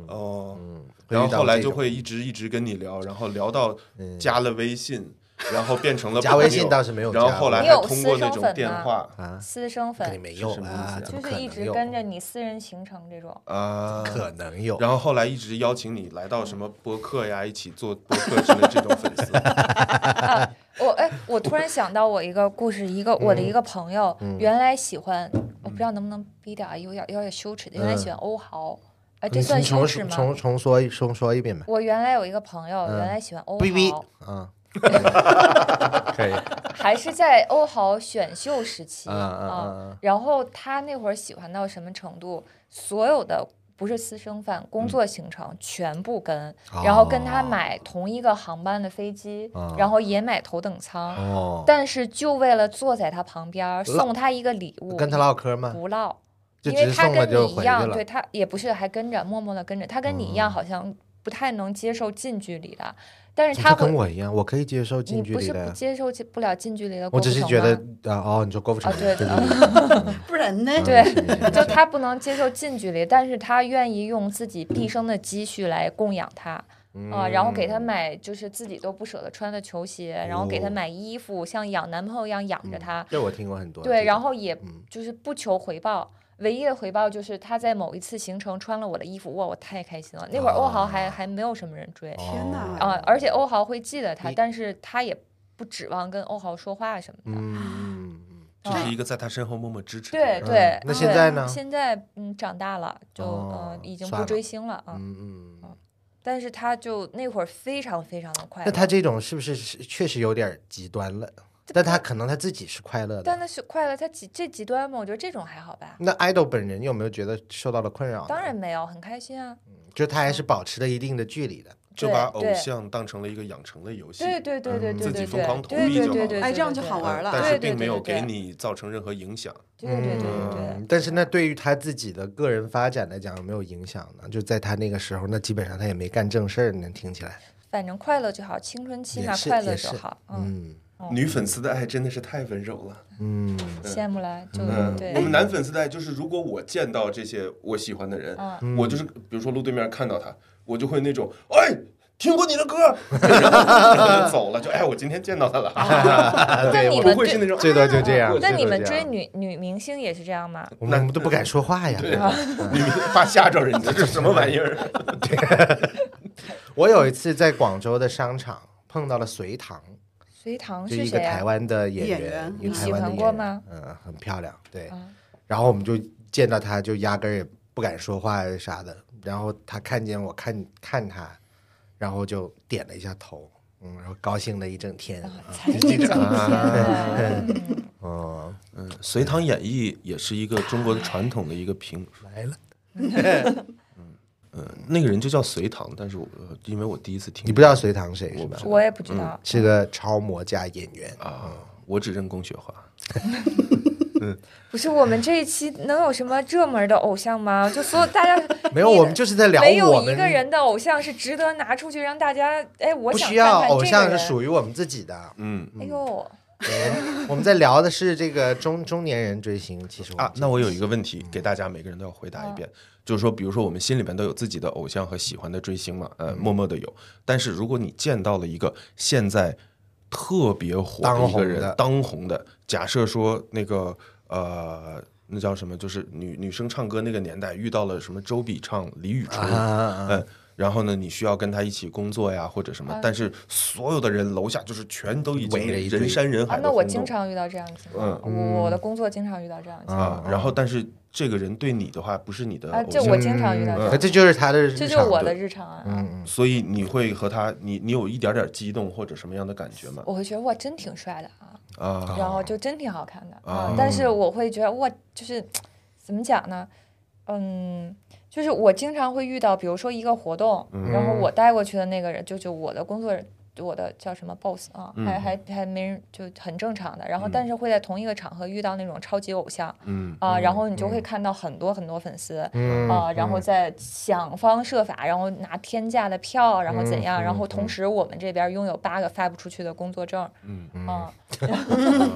Speaker 1: 哦，
Speaker 3: 嗯会
Speaker 1: 然后
Speaker 3: 遇到
Speaker 1: 后来
Speaker 3: 这
Speaker 1: 就
Speaker 3: 种嗯
Speaker 1: 会一直一直跟你聊，然后聊到加了微信，然后变成了
Speaker 3: 加
Speaker 1: 朋
Speaker 3: 微信
Speaker 1: 友
Speaker 3: 倒是没有
Speaker 1: 然后
Speaker 3: 加
Speaker 1: 后来
Speaker 2: 你
Speaker 1: 还
Speaker 2: 有
Speaker 1: 通
Speaker 2: 私
Speaker 1: 过那
Speaker 2: 生
Speaker 1: 种
Speaker 2: 粉
Speaker 1: 电
Speaker 2: 吗
Speaker 1: 话
Speaker 3: 啊？
Speaker 2: 私生
Speaker 3: 肯定
Speaker 2: 粉，
Speaker 3: 没有
Speaker 1: 是什么意思
Speaker 3: 啊
Speaker 1: 啊，
Speaker 3: 怎
Speaker 2: 就
Speaker 3: 么可
Speaker 2: 是
Speaker 3: 能
Speaker 2: 一直
Speaker 3: 有
Speaker 2: 跟着你私人行程这种。
Speaker 1: 啊，
Speaker 3: 可能有，
Speaker 1: 然后后来一直邀请你来到什么播客呀，一起做播客之类这种粉 丝，
Speaker 2: 我哎，我突然想到我一个故事，一个我的
Speaker 3: 嗯
Speaker 2: 一个朋友，原来喜欢，我不知道能不能逼掉啊，有点有点羞耻的，原来喜欢欧豪，哎，这
Speaker 3: 嗯你
Speaker 2: 算
Speaker 3: 你
Speaker 2: 羞
Speaker 3: 重
Speaker 2: 耻吗？
Speaker 3: 重重说一重说一遍吧。
Speaker 2: 我原来有一个朋友，原来喜欢欧
Speaker 3: 嗯哔哔
Speaker 2: 豪，
Speaker 3: 啊， 可以
Speaker 2: 还是在欧豪选秀时期
Speaker 3: 嗯嗯嗯
Speaker 2: 啊
Speaker 3: 嗯。
Speaker 2: 然后他那会儿喜欢到什么程度？所有的不是私生饭，
Speaker 3: 嗯
Speaker 2: 工作行程全部跟，
Speaker 3: 哦
Speaker 2: 哦然后跟他买同一个航班的飞机，然后也买头等舱。
Speaker 3: 嗯哦，
Speaker 2: 但是就为了坐在他旁边儿，
Speaker 3: 唠
Speaker 2: 送他一个礼物，
Speaker 3: 跟他唠嗑吗？
Speaker 2: 不唠，
Speaker 3: 就
Speaker 2: 因
Speaker 3: 直
Speaker 2: 为他
Speaker 3: 送了
Speaker 2: 跟
Speaker 3: 就
Speaker 2: 你一
Speaker 3: 回去
Speaker 2: 样，
Speaker 3: 了嗯
Speaker 2: 对。他也不是还跟着默默的跟着，他跟你一样，好像不太能接受近距离的，但是
Speaker 3: 你
Speaker 2: 他
Speaker 3: 跟
Speaker 2: 会，
Speaker 3: 我一样，我可以接受
Speaker 2: 你
Speaker 3: 近距
Speaker 2: 不
Speaker 3: 离
Speaker 2: 是
Speaker 3: 的
Speaker 2: 不
Speaker 3: 呀。
Speaker 2: 接受不了近距离的，
Speaker 3: 我只是觉得。啊，哦，你说郭富城
Speaker 2: 啊，对
Speaker 3: 对
Speaker 2: 的
Speaker 4: 不然呢？
Speaker 2: 对
Speaker 3: 是啊是 是，
Speaker 2: 就他不能接受近距离，但是他愿意用自己毕生的积蓄来供养他啊、
Speaker 3: 嗯
Speaker 2: 然后给他买就是自己都不舍得穿的球鞋，然后给他
Speaker 3: 哦嗯
Speaker 2: 买衣服，像养男朋友一样养着他。
Speaker 3: 这我听过很多。
Speaker 2: 对，然
Speaker 3: 后
Speaker 2: 后也
Speaker 3: 嗯
Speaker 2: 就是不求回报，唯一的回报就是他在某一次行程穿了我的衣服，哇，我太开心了。那会儿欧豪
Speaker 3: 啊
Speaker 2: 还还没有什么人追
Speaker 4: 天哪！
Speaker 2: 啊，而且欧豪会记得他，
Speaker 3: 哦你
Speaker 2: 但是他也不指望跟欧豪说话什么的。
Speaker 3: 嗯，
Speaker 1: 这是一个在他身后默默支持的
Speaker 2: 对
Speaker 1: 人。
Speaker 2: 对，
Speaker 3: 那
Speaker 2: 对
Speaker 3: 现在呢
Speaker 2: 现在嗯，长大了，就
Speaker 3: 哦
Speaker 2: 嗯，已经
Speaker 3: 算
Speaker 2: 不
Speaker 3: 了
Speaker 2: 追星了啊。
Speaker 3: 嗯嗯，
Speaker 2: 但是他就那会儿非常非常的快
Speaker 3: 那
Speaker 2: 乐，
Speaker 3: 他这种是不是是确实有点极端了？但他可能他自己是快乐
Speaker 2: 但
Speaker 3: 的。
Speaker 2: 那是快乐，他极这极端嘛，我觉得这种还好吧。
Speaker 3: 那 idol 本人有没有觉得受到了困扰？
Speaker 2: 当然，没有，很开心啊。
Speaker 3: 就他还是保持了一定的距离的。
Speaker 1: 就把
Speaker 2: 对
Speaker 1: 偶
Speaker 2: 对
Speaker 1: 像当成了一个养成类游戏，
Speaker 2: 对对对对
Speaker 1: 嗯
Speaker 2: 对
Speaker 1: 自己
Speaker 2: 对对
Speaker 1: 疯狂
Speaker 2: 对
Speaker 1: 投
Speaker 2: 对
Speaker 1: 币就
Speaker 2: 对
Speaker 1: 好
Speaker 2: 对
Speaker 1: 了
Speaker 2: 对，
Speaker 4: 哎这样就
Speaker 2: 对
Speaker 4: 好玩了
Speaker 1: 但
Speaker 2: 对
Speaker 1: 是
Speaker 2: 对
Speaker 1: 并没
Speaker 2: 对
Speaker 1: 有
Speaker 2: 对
Speaker 1: 给你造成任何影响。
Speaker 2: 对对对对对。
Speaker 3: 嗯但是那对于他自己的个人发展来讲有没有影响呢？就在他那个时候，那基本上他也没干正事儿呢，听起来。
Speaker 2: 反正快乐就好，青春期
Speaker 3: 也
Speaker 2: 嘛，
Speaker 3: 是
Speaker 2: 快
Speaker 3: 也
Speaker 2: 乐就是好。嗯，
Speaker 3: 嗯
Speaker 1: 女粉丝的爱真的是太温柔了。
Speaker 3: 嗯，
Speaker 2: 羡慕啦，就
Speaker 1: 嗯，我们
Speaker 2: 对，
Speaker 1: 男粉丝的爱就是，如果我见到这些我喜欢的人，
Speaker 2: 嗯
Speaker 1: 我就是比如说路对面看到他，我就会那种哎。听过你的 歌，然后走了就哎，我今天见到他了，
Speaker 2: 啊那你
Speaker 1: 不
Speaker 2: 们
Speaker 1: 会是那
Speaker 2: 对，
Speaker 1: 种
Speaker 3: 最多就这样。
Speaker 2: 那你
Speaker 3: 最多
Speaker 2: 们
Speaker 3: 就这
Speaker 2: 追
Speaker 3: 样，
Speaker 2: 女女明星也是这样吗？
Speaker 3: 我们都不敢说话呀。
Speaker 1: 对， 你们怕吓着人家，这是什么玩意 儿？
Speaker 3: 我有一次在广州的商场碰到了隋唐，
Speaker 2: 隋唐
Speaker 3: 就是一个
Speaker 2: 哦谁啊
Speaker 3: 台
Speaker 2: 呀？
Speaker 3: 湾的演
Speaker 4: 演
Speaker 3: 员
Speaker 4: 员，
Speaker 3: 一个
Speaker 2: 你
Speaker 3: 台
Speaker 2: 喜
Speaker 3: 湾的
Speaker 2: 欢
Speaker 3: 演
Speaker 2: 过
Speaker 3: 员
Speaker 2: 吗
Speaker 3: 嗯，很漂亮，对
Speaker 2: 啊。
Speaker 3: 然后我们就见到她，就压根儿也不敢说话啊啥的。然后她看见我看看她，然后就点了一下头，嗯，然后高兴了一整天，
Speaker 2: 啊才
Speaker 3: 就这
Speaker 2: 一整
Speaker 3: 种
Speaker 2: 天
Speaker 3: 啊
Speaker 2: 呢，
Speaker 3: 哦，
Speaker 1: 嗯，隋唐演义也是一个中国的传统的一个评
Speaker 3: 来 了，
Speaker 1: 嗯，那个人就叫隋唐，但是我呃因为我第一次听，
Speaker 3: 你不知道隋唐谁是
Speaker 1: 我不
Speaker 3: 吧嗯
Speaker 1: 知？
Speaker 2: 我也不知道。
Speaker 3: 是个超模加演员，
Speaker 1: 啊，我只认龚雪华。
Speaker 2: 不是我们这一期能有什么热门的偶像 吗？就所有大家
Speaker 3: 没有，
Speaker 2: 你
Speaker 3: 我们就是在聊
Speaker 2: 没有
Speaker 3: 我
Speaker 2: 一
Speaker 3: 们
Speaker 2: 个人的偶像是值得拿出去让大家哎，我
Speaker 3: 不
Speaker 2: 想
Speaker 3: 需
Speaker 2: 看
Speaker 3: 要
Speaker 2: 看
Speaker 3: 偶
Speaker 2: 这
Speaker 3: 像
Speaker 2: 个
Speaker 3: 是
Speaker 2: 人
Speaker 3: 属于我们自己的。
Speaker 1: 嗯
Speaker 2: 哎呦，
Speaker 3: 嗯 我们在聊的是这个中中年人追星，其实我们
Speaker 1: 啊，那我有一个问
Speaker 3: 嗯
Speaker 1: 题给大家每个人都要回答一
Speaker 2: 嗯
Speaker 1: 遍，就是说，比如说我们心里边都有自己的偶像和喜欢的追星嘛，
Speaker 3: 嗯
Speaker 1: 呃，默默的有。但是如果你见到了一个现在特别火的一个人，
Speaker 3: 当红的
Speaker 1: 当红的，假设说那个呃。那叫什么？就是女女生唱歌那个年代，遇到了什么周笔畅、李宇春，
Speaker 3: 啊
Speaker 1: 嗯，然后呢，你需要跟他一起工作呀，或者什
Speaker 2: 啊
Speaker 1: 么，但是所有的人楼下就是全都已
Speaker 3: 围
Speaker 1: 经
Speaker 3: 着一堆
Speaker 1: 人山人海
Speaker 2: 啊
Speaker 1: 的、，嗯
Speaker 2: 那我经。常遇到这样的情况，
Speaker 3: 嗯
Speaker 2: 我我的工作经常遇到这样的情况
Speaker 1: 啊，然后但是这个人对你的话不是你的
Speaker 2: 啊，
Speaker 1: 偶
Speaker 2: 这
Speaker 1: 像，
Speaker 2: 我经常遇到这样
Speaker 3: 可
Speaker 2: 的，
Speaker 3: 嗯这就是他的日
Speaker 2: 这
Speaker 3: 常，嗯
Speaker 2: 就是我的日常啊。
Speaker 1: 所以你会和他，你你有一点点激动或者什么样的感觉吗？
Speaker 2: 我会觉得哇，真挺帅的啊，
Speaker 1: 啊，
Speaker 2: 然后就真挺好看的啊
Speaker 1: 啊。
Speaker 2: 但是我会觉得哇，就是怎么讲呢？嗯，就是我经常会遇到，比如说一个活动，
Speaker 1: 嗯
Speaker 2: 然后我带过去的那个人，就就我的工作人。我的叫什么 boss 啊，
Speaker 1: 嗯
Speaker 2: 还还还没人，就很正常的。然后，但是会在同一个场合遇到那种超级偶像，
Speaker 1: 嗯
Speaker 2: 啊，然后你就会看到很多很多粉丝，
Speaker 3: 嗯
Speaker 2: 啊，然后再想方设法，然后拿天价的票，然后
Speaker 1: 嗯
Speaker 2: 怎样，然后同时我们这边拥有八个发不出去的工作证，
Speaker 1: 嗯
Speaker 2: 啊，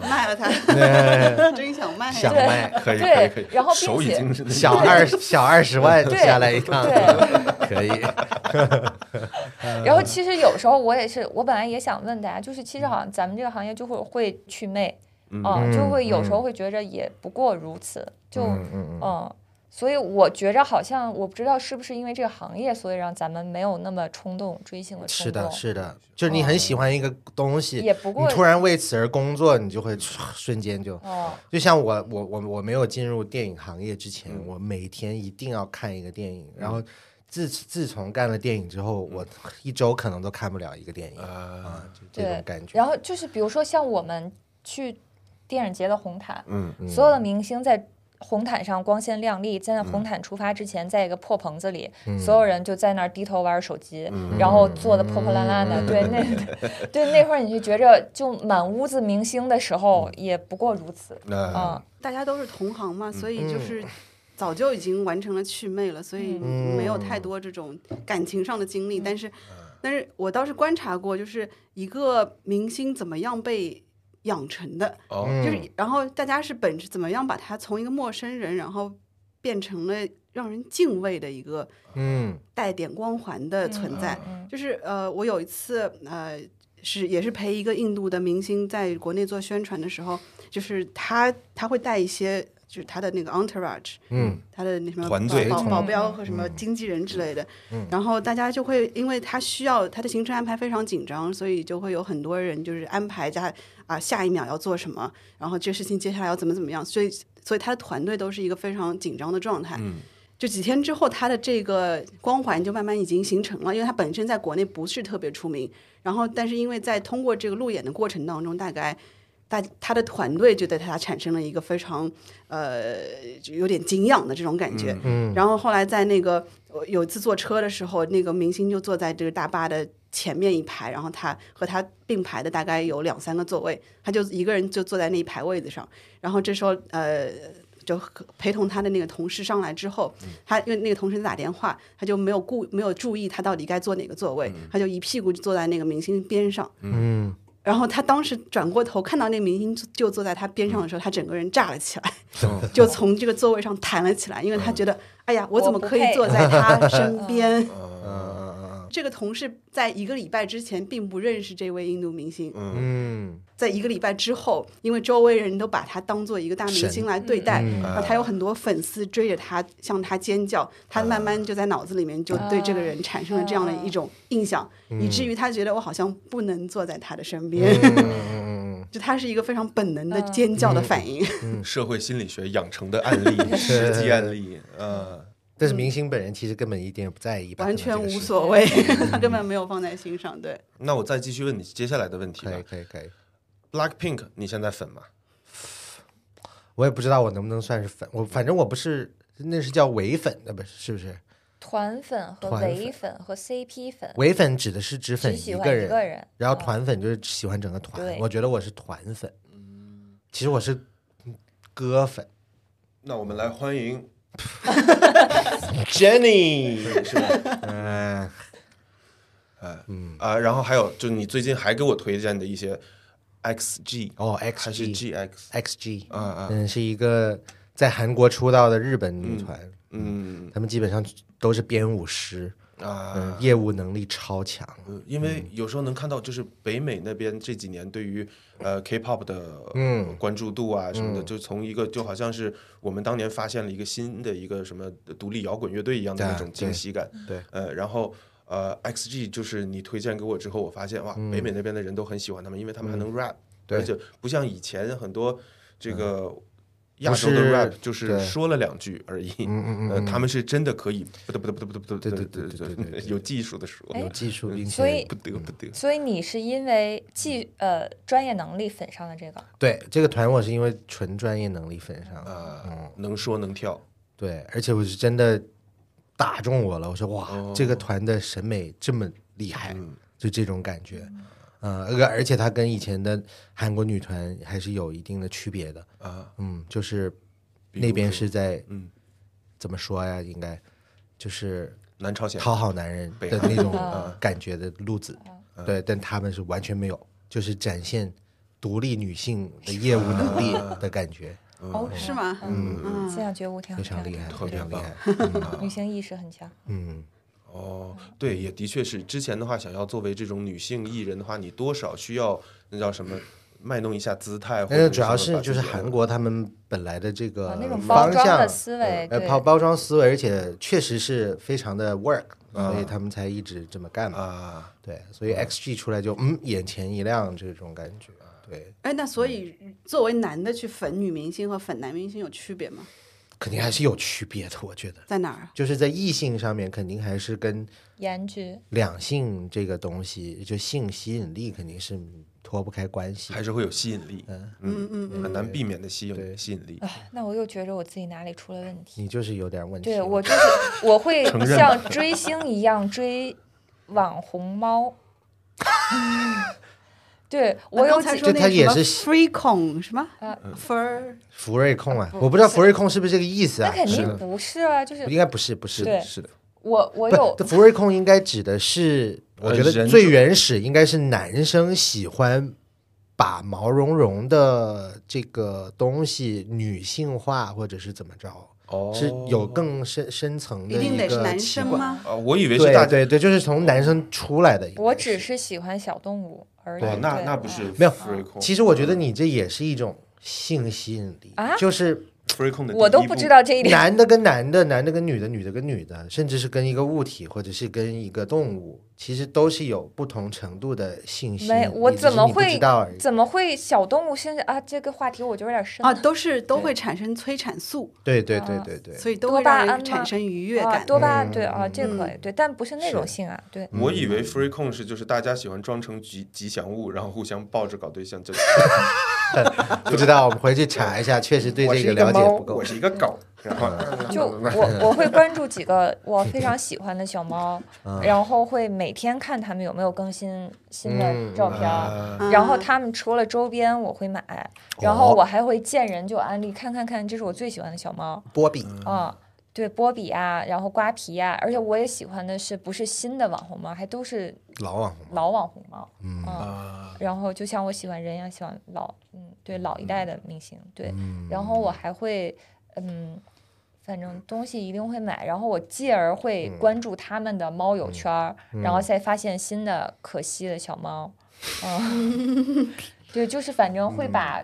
Speaker 4: 卖了它， 真想卖
Speaker 3: 想
Speaker 4: 它。
Speaker 3: 卖
Speaker 1: 可以可以
Speaker 2: 对
Speaker 1: 可以，
Speaker 2: 然后并
Speaker 1: 手已
Speaker 2: 且
Speaker 1: 经是那个
Speaker 3: 小 二小二十万下来一趟，
Speaker 2: 对
Speaker 3: 可以，
Speaker 2: 然
Speaker 3: 嗯
Speaker 2: 后其实有时候我也是，我本来也想问大家，就是其实好像咱们这个行业就会会祛魅，
Speaker 3: 嗯
Speaker 2: 啊，就会有时候会觉着也不过如此，就嗯。所以我觉着好像我不知道是不是因为这个行业，所以让咱们没有那么冲动追星的冲动。
Speaker 3: 是的，是的，就是你很喜欢一个东西，
Speaker 2: 嗯也不过
Speaker 3: 你突然为此而工作，你就会瞬间就，
Speaker 2: 哦，
Speaker 3: 就像我我我我没有进入电影行业之前，我每天一定要看一个电影，然后自自从干了电影之后，我一周可能都看不了一个电影
Speaker 1: 啊，
Speaker 3: 嗯啊，就这
Speaker 2: 对
Speaker 3: 种，感觉。
Speaker 2: 然后就是比如说像我们去电影节的红毯，
Speaker 1: 嗯
Speaker 2: 所有的明星在红毯上光鲜亮丽，在那红
Speaker 3: 嗯
Speaker 2: 毯出发之前，在一个破棚子里，所有人就在那儿低头玩手机，
Speaker 3: 嗯
Speaker 2: 然后做的破破烂烂的。对，那 对那会儿你就觉着，就满屋子明星的时
Speaker 3: 嗯
Speaker 2: 候，也不过如此。
Speaker 1: 那
Speaker 2: 嗯，
Speaker 4: 大家都是同行嘛，所以就是早就已经完成了祛魅了，所以没有太多这种感情上的经历。但是，但是我倒是观察过，就是一个明星怎么样被养成的，
Speaker 1: 哦，
Speaker 4: 就是
Speaker 3: 嗯
Speaker 4: 然后大家是本着怎么样把他从一个陌生人，然后变成了让人敬畏的一个
Speaker 3: 嗯
Speaker 4: 带点光环的存在。
Speaker 2: 嗯
Speaker 4: 就是呃，我有一次呃，是也是陪一个印度的明星在国内做宣传的时候，就是他他会带一些就是他的那个 entourage，
Speaker 3: 嗯，
Speaker 4: 他的那什么
Speaker 1: 团队嗯
Speaker 4: 保保
Speaker 2: 嗯
Speaker 4: 镖和什么经纪人之类的，然后大家就会因为他需要他的行程安排非常紧张，所以就会有很多人就是安排他啊下一秒要做什么，然后这事情接下来要怎么怎么样，所以所以他的团队都是一个非常紧张的状态。
Speaker 1: 嗯
Speaker 4: 就几天之后，他的这个光环就慢慢已经形成了，因为他本身在国内不是特别出名，然后但是因为在通过这个路演的过程当中，大概大他的团队就对他产生了一个非常呃就有点敬仰的这种感觉。嗯，然后后来在那个我有一次坐车的时候，那个明星就坐在这个大巴的前面一排，然后他和他并排的大概有两三个座位，他就一个人就坐在那一排位子上，然后这时候呃。就和陪同他的那个同事上来之后，他因为那个同事在打电话，他就没有顾没有注意他到底该坐哪个座位，他就一屁股就坐在那个明星边上。然后他当时转过头看到那个明星就就坐在他边上的时候，他整个人炸了起来， 就从这个座位上弹了起来，因为他觉得，哎呀，我怎么可以坐在他身边？
Speaker 1: 嗯
Speaker 3: 嗯
Speaker 4: 这个同事在一个礼拜之前并不认识这位印度明星，
Speaker 3: 嗯，
Speaker 4: 在一个礼拜之后，因为周围人都把他当做一个大明星来对待，然后他有很多粉丝追着他向他尖叫，他慢慢就在脑子里面就对这个人产生了这样的一种印象，
Speaker 3: 嗯
Speaker 4: 以至于他觉得我好像不能坐在他的身边，
Speaker 3: 嗯
Speaker 4: 就他是一个非常本能
Speaker 2: 嗯
Speaker 4: 的 尖叫的反应。
Speaker 1: 社会心理学养成的案例，实际案例，嗯，
Speaker 3: 但是明星本人其实根本一点也不在意吧，
Speaker 4: 完
Speaker 3: 可
Speaker 4: 全
Speaker 3: 能这
Speaker 4: 无
Speaker 3: 个事
Speaker 4: 所谓，他根本没有放在心上。对，
Speaker 1: 那我再继续问你接下来的问题吧
Speaker 3: 可以。可以可以，
Speaker 1: Blackpink，你现在粉吗？
Speaker 3: 我也不知道我能不能算是粉，我反正我不是，那是叫伪粉的吧？是不是？
Speaker 2: 团粉和
Speaker 3: 团
Speaker 2: 唯粉和 CP 粉，
Speaker 3: 伪粉指的是只粉
Speaker 2: 只喜欢
Speaker 3: 个
Speaker 2: 一个人
Speaker 3: 然后
Speaker 2: 嗯
Speaker 3: 团粉就是喜欢整个团。
Speaker 2: 对
Speaker 3: 我觉得我是团粉，
Speaker 4: 嗯
Speaker 3: 其实我是歌粉。
Speaker 1: 那我们来欢迎 Jenny，是 吧？
Speaker 3: 嗯，
Speaker 1: 啊，然后还有就是你最近还给我推荐的一些 XG
Speaker 3: 哦
Speaker 1: 还是
Speaker 3: ，XG
Speaker 1: GX，
Speaker 3: XG，
Speaker 1: 啊啊，
Speaker 3: 嗯，是一个在韩国出道的日本女团，
Speaker 1: 嗯
Speaker 3: 他们基本上都是编舞师，
Speaker 1: 啊
Speaker 3: 嗯，，业务能力超强。
Speaker 1: 嗯因为有时候能看到，就是北美那边这几年对于呃 K-pop 的
Speaker 3: 嗯
Speaker 1: 关注度啊什么的，就从一个就好像是我们当年发现了一个新的一个什么独立摇滚乐队一样的
Speaker 3: 对
Speaker 1: 那种惊喜感。
Speaker 3: 对，
Speaker 1: 呃，然后呃 XG 就是你推荐给我之后，我发现哇，北美那边的人都很喜欢他们，因为他们还能 rap，
Speaker 3: 嗯对嗯
Speaker 1: 而且不像以前很多这个。亚
Speaker 3: 不
Speaker 1: 洲的
Speaker 3: 是
Speaker 1: rap 就是
Speaker 3: 对
Speaker 1: 说了两句而已，嗯嗯嗯，他们是真的可以，不得不得不得不得不得，
Speaker 3: 对对对对对对
Speaker 1: 有技术的说，
Speaker 2: 哎
Speaker 3: 有技
Speaker 1: 嗯
Speaker 3: 术，并
Speaker 2: 所以
Speaker 3: 且
Speaker 1: 不得不得，
Speaker 2: 所以你是因为技呃专业能力粉上的这个，
Speaker 3: 对这个团，我是因为纯专业能力粉上的。
Speaker 1: 啊，能说能跳，
Speaker 3: 对，而且我是真的打中我了，我说哇，
Speaker 1: 哦嗯
Speaker 3: 这个团的审美这么厉害，就这种感觉。呃，而而且它跟以前的韩国女团还是有一定的区别的。
Speaker 1: 啊，
Speaker 3: 嗯，就是
Speaker 1: 比如
Speaker 3: 那边
Speaker 1: 说
Speaker 3: 是在
Speaker 1: 嗯
Speaker 3: 怎么说呀？应该就是
Speaker 1: 南朝鲜，
Speaker 3: 讨好男人
Speaker 1: 北
Speaker 3: 的那种呃
Speaker 2: 啊
Speaker 3: 感觉的路子。
Speaker 2: 嗯
Speaker 3: 对，但他们是完全没有，就是展现独立女性的业务能力
Speaker 2: 嗯
Speaker 3: 的感觉，
Speaker 2: 哦，
Speaker 4: 是？吗？
Speaker 2: 嗯，思想觉悟挺好，
Speaker 3: 非常厉
Speaker 2: 挺
Speaker 3: 害，
Speaker 2: 好
Speaker 1: 特
Speaker 3: 非
Speaker 1: 别
Speaker 3: 常厉
Speaker 1: 棒
Speaker 3: 害。
Speaker 2: 女性意识很强，
Speaker 3: 嗯。
Speaker 1: 哦，对，也的确是。之前的话，想要作为这种女性艺人的话，你多少需要那叫什么，卖弄一下姿态。或
Speaker 3: 但是
Speaker 1: 者
Speaker 3: 主要
Speaker 1: 什么
Speaker 3: 是
Speaker 1: 把
Speaker 3: 就是
Speaker 1: 自己的
Speaker 3: 韩国他们本来的这个
Speaker 2: 啊那种包
Speaker 3: 呃方
Speaker 2: 装的
Speaker 3: 向，
Speaker 2: 思维，
Speaker 3: 呃，
Speaker 2: 对，
Speaker 3: 包包装思维，而且确实是非常的 work，所以
Speaker 2: 嗯
Speaker 3: 他们才一直这么干嘛。
Speaker 1: 啊，
Speaker 3: 对，所以 XG 出来就嗯，眼前一亮这种感觉。啊对，
Speaker 4: 哎，那所以作为男的去粉女明星和粉男明星有区别吗？
Speaker 3: 肯定还是有区别的，我觉得
Speaker 4: 在哪儿啊？
Speaker 3: 就是在异性上面肯定还是跟
Speaker 2: 颜值，
Speaker 3: 两性这个东西，就性吸引力肯定是脱不开关系。
Speaker 1: 还是会有吸引力，嗯嗯，很难避免的吸引
Speaker 3: 对
Speaker 1: 吸引力。
Speaker 2: 哎那我又觉着我自己哪里出了问题。
Speaker 3: 你嗯就是有点问题。
Speaker 2: 对我就是我会像追星一样追网红猫， 对我
Speaker 4: 那
Speaker 2: 有
Speaker 4: 刚才
Speaker 2: 几
Speaker 4: 说
Speaker 3: 这
Speaker 4: 那
Speaker 3: 他
Speaker 4: 个
Speaker 3: 也
Speaker 4: 什么
Speaker 3: 是
Speaker 4: free 控什么
Speaker 2: 啊
Speaker 4: fur
Speaker 3: 福瑞控啊，我不知道福瑞控是不是这个意思
Speaker 2: 嗯那
Speaker 3: 啊？
Speaker 2: 肯
Speaker 3: 是
Speaker 2: 定
Speaker 3: 的，
Speaker 2: 不是啊，就是
Speaker 3: 应该不是，不是
Speaker 2: 对哎
Speaker 1: 是的，
Speaker 2: 我我有
Speaker 3: 不，这福瑞控应该指的是，我
Speaker 1: 呃
Speaker 3: 觉
Speaker 1: 人
Speaker 3: 得最原始应该是男生喜欢把毛茸茸的这个东西女性化，或者是怎么着，
Speaker 1: 哦，
Speaker 3: 是有更深深层的
Speaker 4: 一定得是
Speaker 3: 个
Speaker 4: 男
Speaker 3: 习
Speaker 4: 生
Speaker 3: 惯？
Speaker 4: 吗？
Speaker 1: 啊，我以为是
Speaker 3: 对
Speaker 1: 大家
Speaker 3: 对对，就是
Speaker 1: 哦
Speaker 3: 从男生出来的应该。
Speaker 2: 我只是喜欢小动物而已。
Speaker 1: 哦，那
Speaker 2: 对
Speaker 1: 那不是
Speaker 2: 嗯
Speaker 3: 没有
Speaker 1: free 嗯控，
Speaker 3: 其实我觉得你这也是一种性吸引力，
Speaker 2: 啊
Speaker 3: 就是。
Speaker 1: free 控的
Speaker 2: 我都
Speaker 1: 第一
Speaker 2: 不
Speaker 1: 步
Speaker 2: 知道这一点。
Speaker 3: 男的跟男的，男的跟女的，女的跟女的，甚至是跟一个物体或者是跟一个动物，其实都是有不同程度的信息。
Speaker 2: 没，我怎么
Speaker 3: 你不
Speaker 2: 会
Speaker 3: 知道而已？
Speaker 2: 怎么会小动物甚至啊？这个话题我觉得有点深
Speaker 4: 啊，
Speaker 2: 了
Speaker 4: 都是都会产生催产素，
Speaker 3: 对对对对对，
Speaker 4: 所以都
Speaker 2: 多
Speaker 4: 会
Speaker 2: 巴
Speaker 4: 让
Speaker 2: 胺
Speaker 4: 人
Speaker 2: 吗
Speaker 4: 产生愉悦
Speaker 2: 啊
Speaker 4: 感。
Speaker 2: 多巴
Speaker 3: 嗯
Speaker 2: 胺对啊，这可以对，但不是那种
Speaker 3: 是
Speaker 2: 性啊，对。
Speaker 1: 我以
Speaker 3: 嗯
Speaker 1: 为 free 控是就是大家喜欢装成吉吉祥物，然后互相抱着搞对象，就
Speaker 2: 啊
Speaker 3: 不知道我们回去查一下，确实对
Speaker 1: 我
Speaker 3: 这
Speaker 1: 是一
Speaker 3: 了解
Speaker 1: 猫，
Speaker 3: 不够嗯
Speaker 1: 我。是一个 狗，然后
Speaker 2: 就我我会关注几个我非常喜欢的小猫，然后会每天看它们有没有更新
Speaker 3: 嗯
Speaker 2: 新的照片啊儿，
Speaker 3: 呃
Speaker 4: 嗯
Speaker 2: 然后它们除了周边我会买，然后
Speaker 3: 啊哦
Speaker 2: 我还会见人就安利，看看看，这是我最喜欢的小猫
Speaker 3: 波比，
Speaker 2: 啊。对波比啊，然后瓜皮啊，而且我也喜欢的是不是新的网红猫，还都是
Speaker 3: 老网红，
Speaker 2: 老网红猫，嗯，然后就像我喜欢人一样，喜欢老，嗯，对老一代的明星，对，然后我还会，嗯，反正东西一定会买，然后我继而会关注他们的猫友圈儿，然后再发现新的可惜的小猫，嗯， 对，就是反正会把。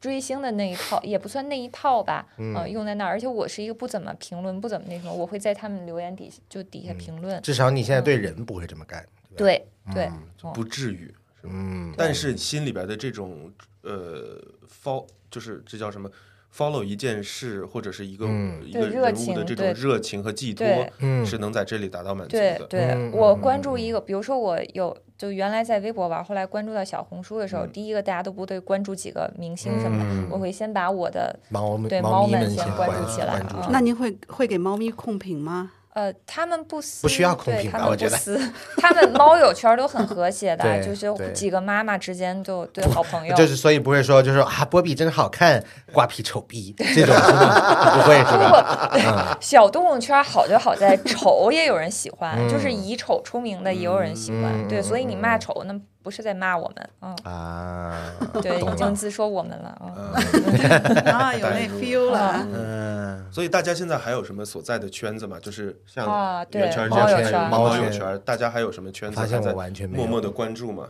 Speaker 2: 追星的那一套也不算那一套吧，嗯、用在那儿。而且我是一个不怎么评论、不怎么那什么，我会在他们留言底就底下评论。
Speaker 3: 至少你现在对人不会这么干。
Speaker 2: 嗯对对，嗯
Speaker 1: 不至于。
Speaker 3: 嗯，
Speaker 1: 但是心里边的这种呃 f o 就是这叫什么 follow 一件事或者是一个、
Speaker 3: 嗯
Speaker 1: 一
Speaker 2: 对
Speaker 1: 个
Speaker 2: 热
Speaker 1: 人物
Speaker 2: 情
Speaker 1: 的这种
Speaker 2: 对
Speaker 1: 热情和寄托
Speaker 2: 对，
Speaker 3: 嗯
Speaker 1: 是能在这里达到满足
Speaker 2: 对
Speaker 1: 的。
Speaker 2: 对，
Speaker 3: 嗯
Speaker 2: 我
Speaker 3: 嗯
Speaker 2: 关注一个，比如说我有就原来在微博玩，后来关注到小红书的时候，
Speaker 1: 嗯
Speaker 2: 第一个大家都不会关注几个明星什么的，
Speaker 3: 嗯
Speaker 2: 我会先把我的
Speaker 3: 猫们
Speaker 2: 嗯对
Speaker 3: 猫
Speaker 2: 猫
Speaker 3: 咪
Speaker 2: 们
Speaker 3: 们
Speaker 2: 先
Speaker 3: 先
Speaker 2: 关
Speaker 3: 注
Speaker 2: 注起来
Speaker 3: 关注
Speaker 2: 啊
Speaker 3: 起
Speaker 4: 那您会会给猫咪控 评吗？
Speaker 2: 呃，他们不撕，
Speaker 3: 需要控
Speaker 2: 对
Speaker 3: 评
Speaker 2: 他
Speaker 3: 吧
Speaker 2: 们
Speaker 3: 我觉
Speaker 2: 不
Speaker 3: 得
Speaker 2: 撕，他们猫友圈都很和谐的，
Speaker 3: 对
Speaker 2: 就是
Speaker 3: 对
Speaker 2: 几个妈妈之间就对好朋友，
Speaker 3: 就是所以不会说就是啊波比真好看，瓜皮丑逼这种是吗不会是
Speaker 2: 不
Speaker 3: 吧？
Speaker 2: 过小动物圈好就好在丑也有人喜欢，
Speaker 3: 嗯
Speaker 2: 就是以丑出名的也有人喜欢，对，所以你骂丑那不是在骂我们， 嗯，
Speaker 3: 啊，
Speaker 2: 对，
Speaker 3: 懂
Speaker 2: 已
Speaker 3: 了
Speaker 2: 经自说我们了啊。嗯
Speaker 4: 啊，有那 feel 了啊。
Speaker 3: 嗯，
Speaker 1: 所以大家现在还有什么所在的圈子吗？就是像
Speaker 2: 啊对
Speaker 1: 圆圈这
Speaker 2: 猫
Speaker 1: 样
Speaker 2: 友
Speaker 1: 还有
Speaker 2: 圈
Speaker 1: 猫
Speaker 3: 猫
Speaker 1: 友
Speaker 3: 圈
Speaker 1: 圈，大家还有什么圈子
Speaker 3: 发现
Speaker 1: 还在
Speaker 3: 我完全没有
Speaker 1: 默默的关注吗？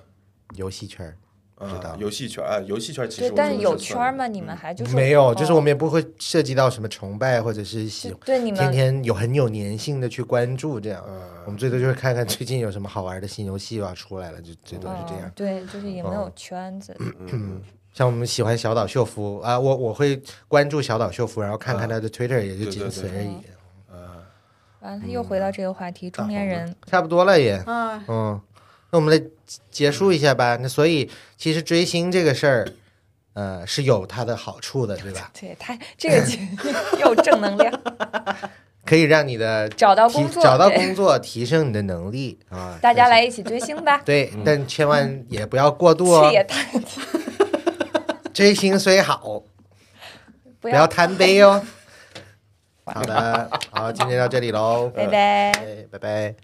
Speaker 3: 游戏圈儿
Speaker 1: 啊
Speaker 3: 知道
Speaker 1: 游戏圈啊，游戏圈其
Speaker 2: 对
Speaker 1: 实，我觉
Speaker 2: 但
Speaker 1: 得
Speaker 2: 有
Speaker 1: 是
Speaker 2: 圈
Speaker 1: 算
Speaker 2: 儿
Speaker 1: 的
Speaker 2: 吗？你们还就是
Speaker 3: 嗯没有，就是我
Speaker 2: 哦
Speaker 3: 们也不会涉及到什么崇拜或者是喜
Speaker 2: 就，对你
Speaker 3: 天
Speaker 2: 们
Speaker 3: 天有很有粘性的去关注这样。
Speaker 1: 嗯
Speaker 3: 我们最多就是看看最近有什么好玩的新游戏要啊出来了，就最多是这样哦
Speaker 2: 嗯。对，就是也没有圈 子。
Speaker 1: 嗯
Speaker 3: 像我们喜欢小岛秀夫啊，我我会关注小岛秀夫，然后看看他的 Twitter，也
Speaker 1: 嗯
Speaker 3: 就
Speaker 1: 对
Speaker 3: 仅
Speaker 1: 对
Speaker 3: 此
Speaker 1: 对
Speaker 3: 而已，
Speaker 2: 完了，他
Speaker 3: 嗯
Speaker 2: 又回到这个话题，中年人
Speaker 3: 差不多了也。
Speaker 4: 啊，
Speaker 3: 嗯，那我们来结束一下吧。那所以其实追星这个事儿，呃，是有它的好处的，对 吧？
Speaker 2: 对他这个节 又正能量，
Speaker 3: 可以让你的
Speaker 2: 找到
Speaker 3: 提
Speaker 2: 工作，
Speaker 3: 找到
Speaker 2: 对
Speaker 3: 工作，提升你的 能力啊。。
Speaker 2: 大家来一起追星吧
Speaker 3: 对，但千万也不要过度
Speaker 2: 气
Speaker 3: 哦。
Speaker 2: 也太
Speaker 3: 追星虽好，
Speaker 2: 不
Speaker 3: 不要
Speaker 2: 要，
Speaker 3: 贪 杯哦。好的，好，今天到这里喽，
Speaker 2: 拜拜。
Speaker 3: 哎，拜拜。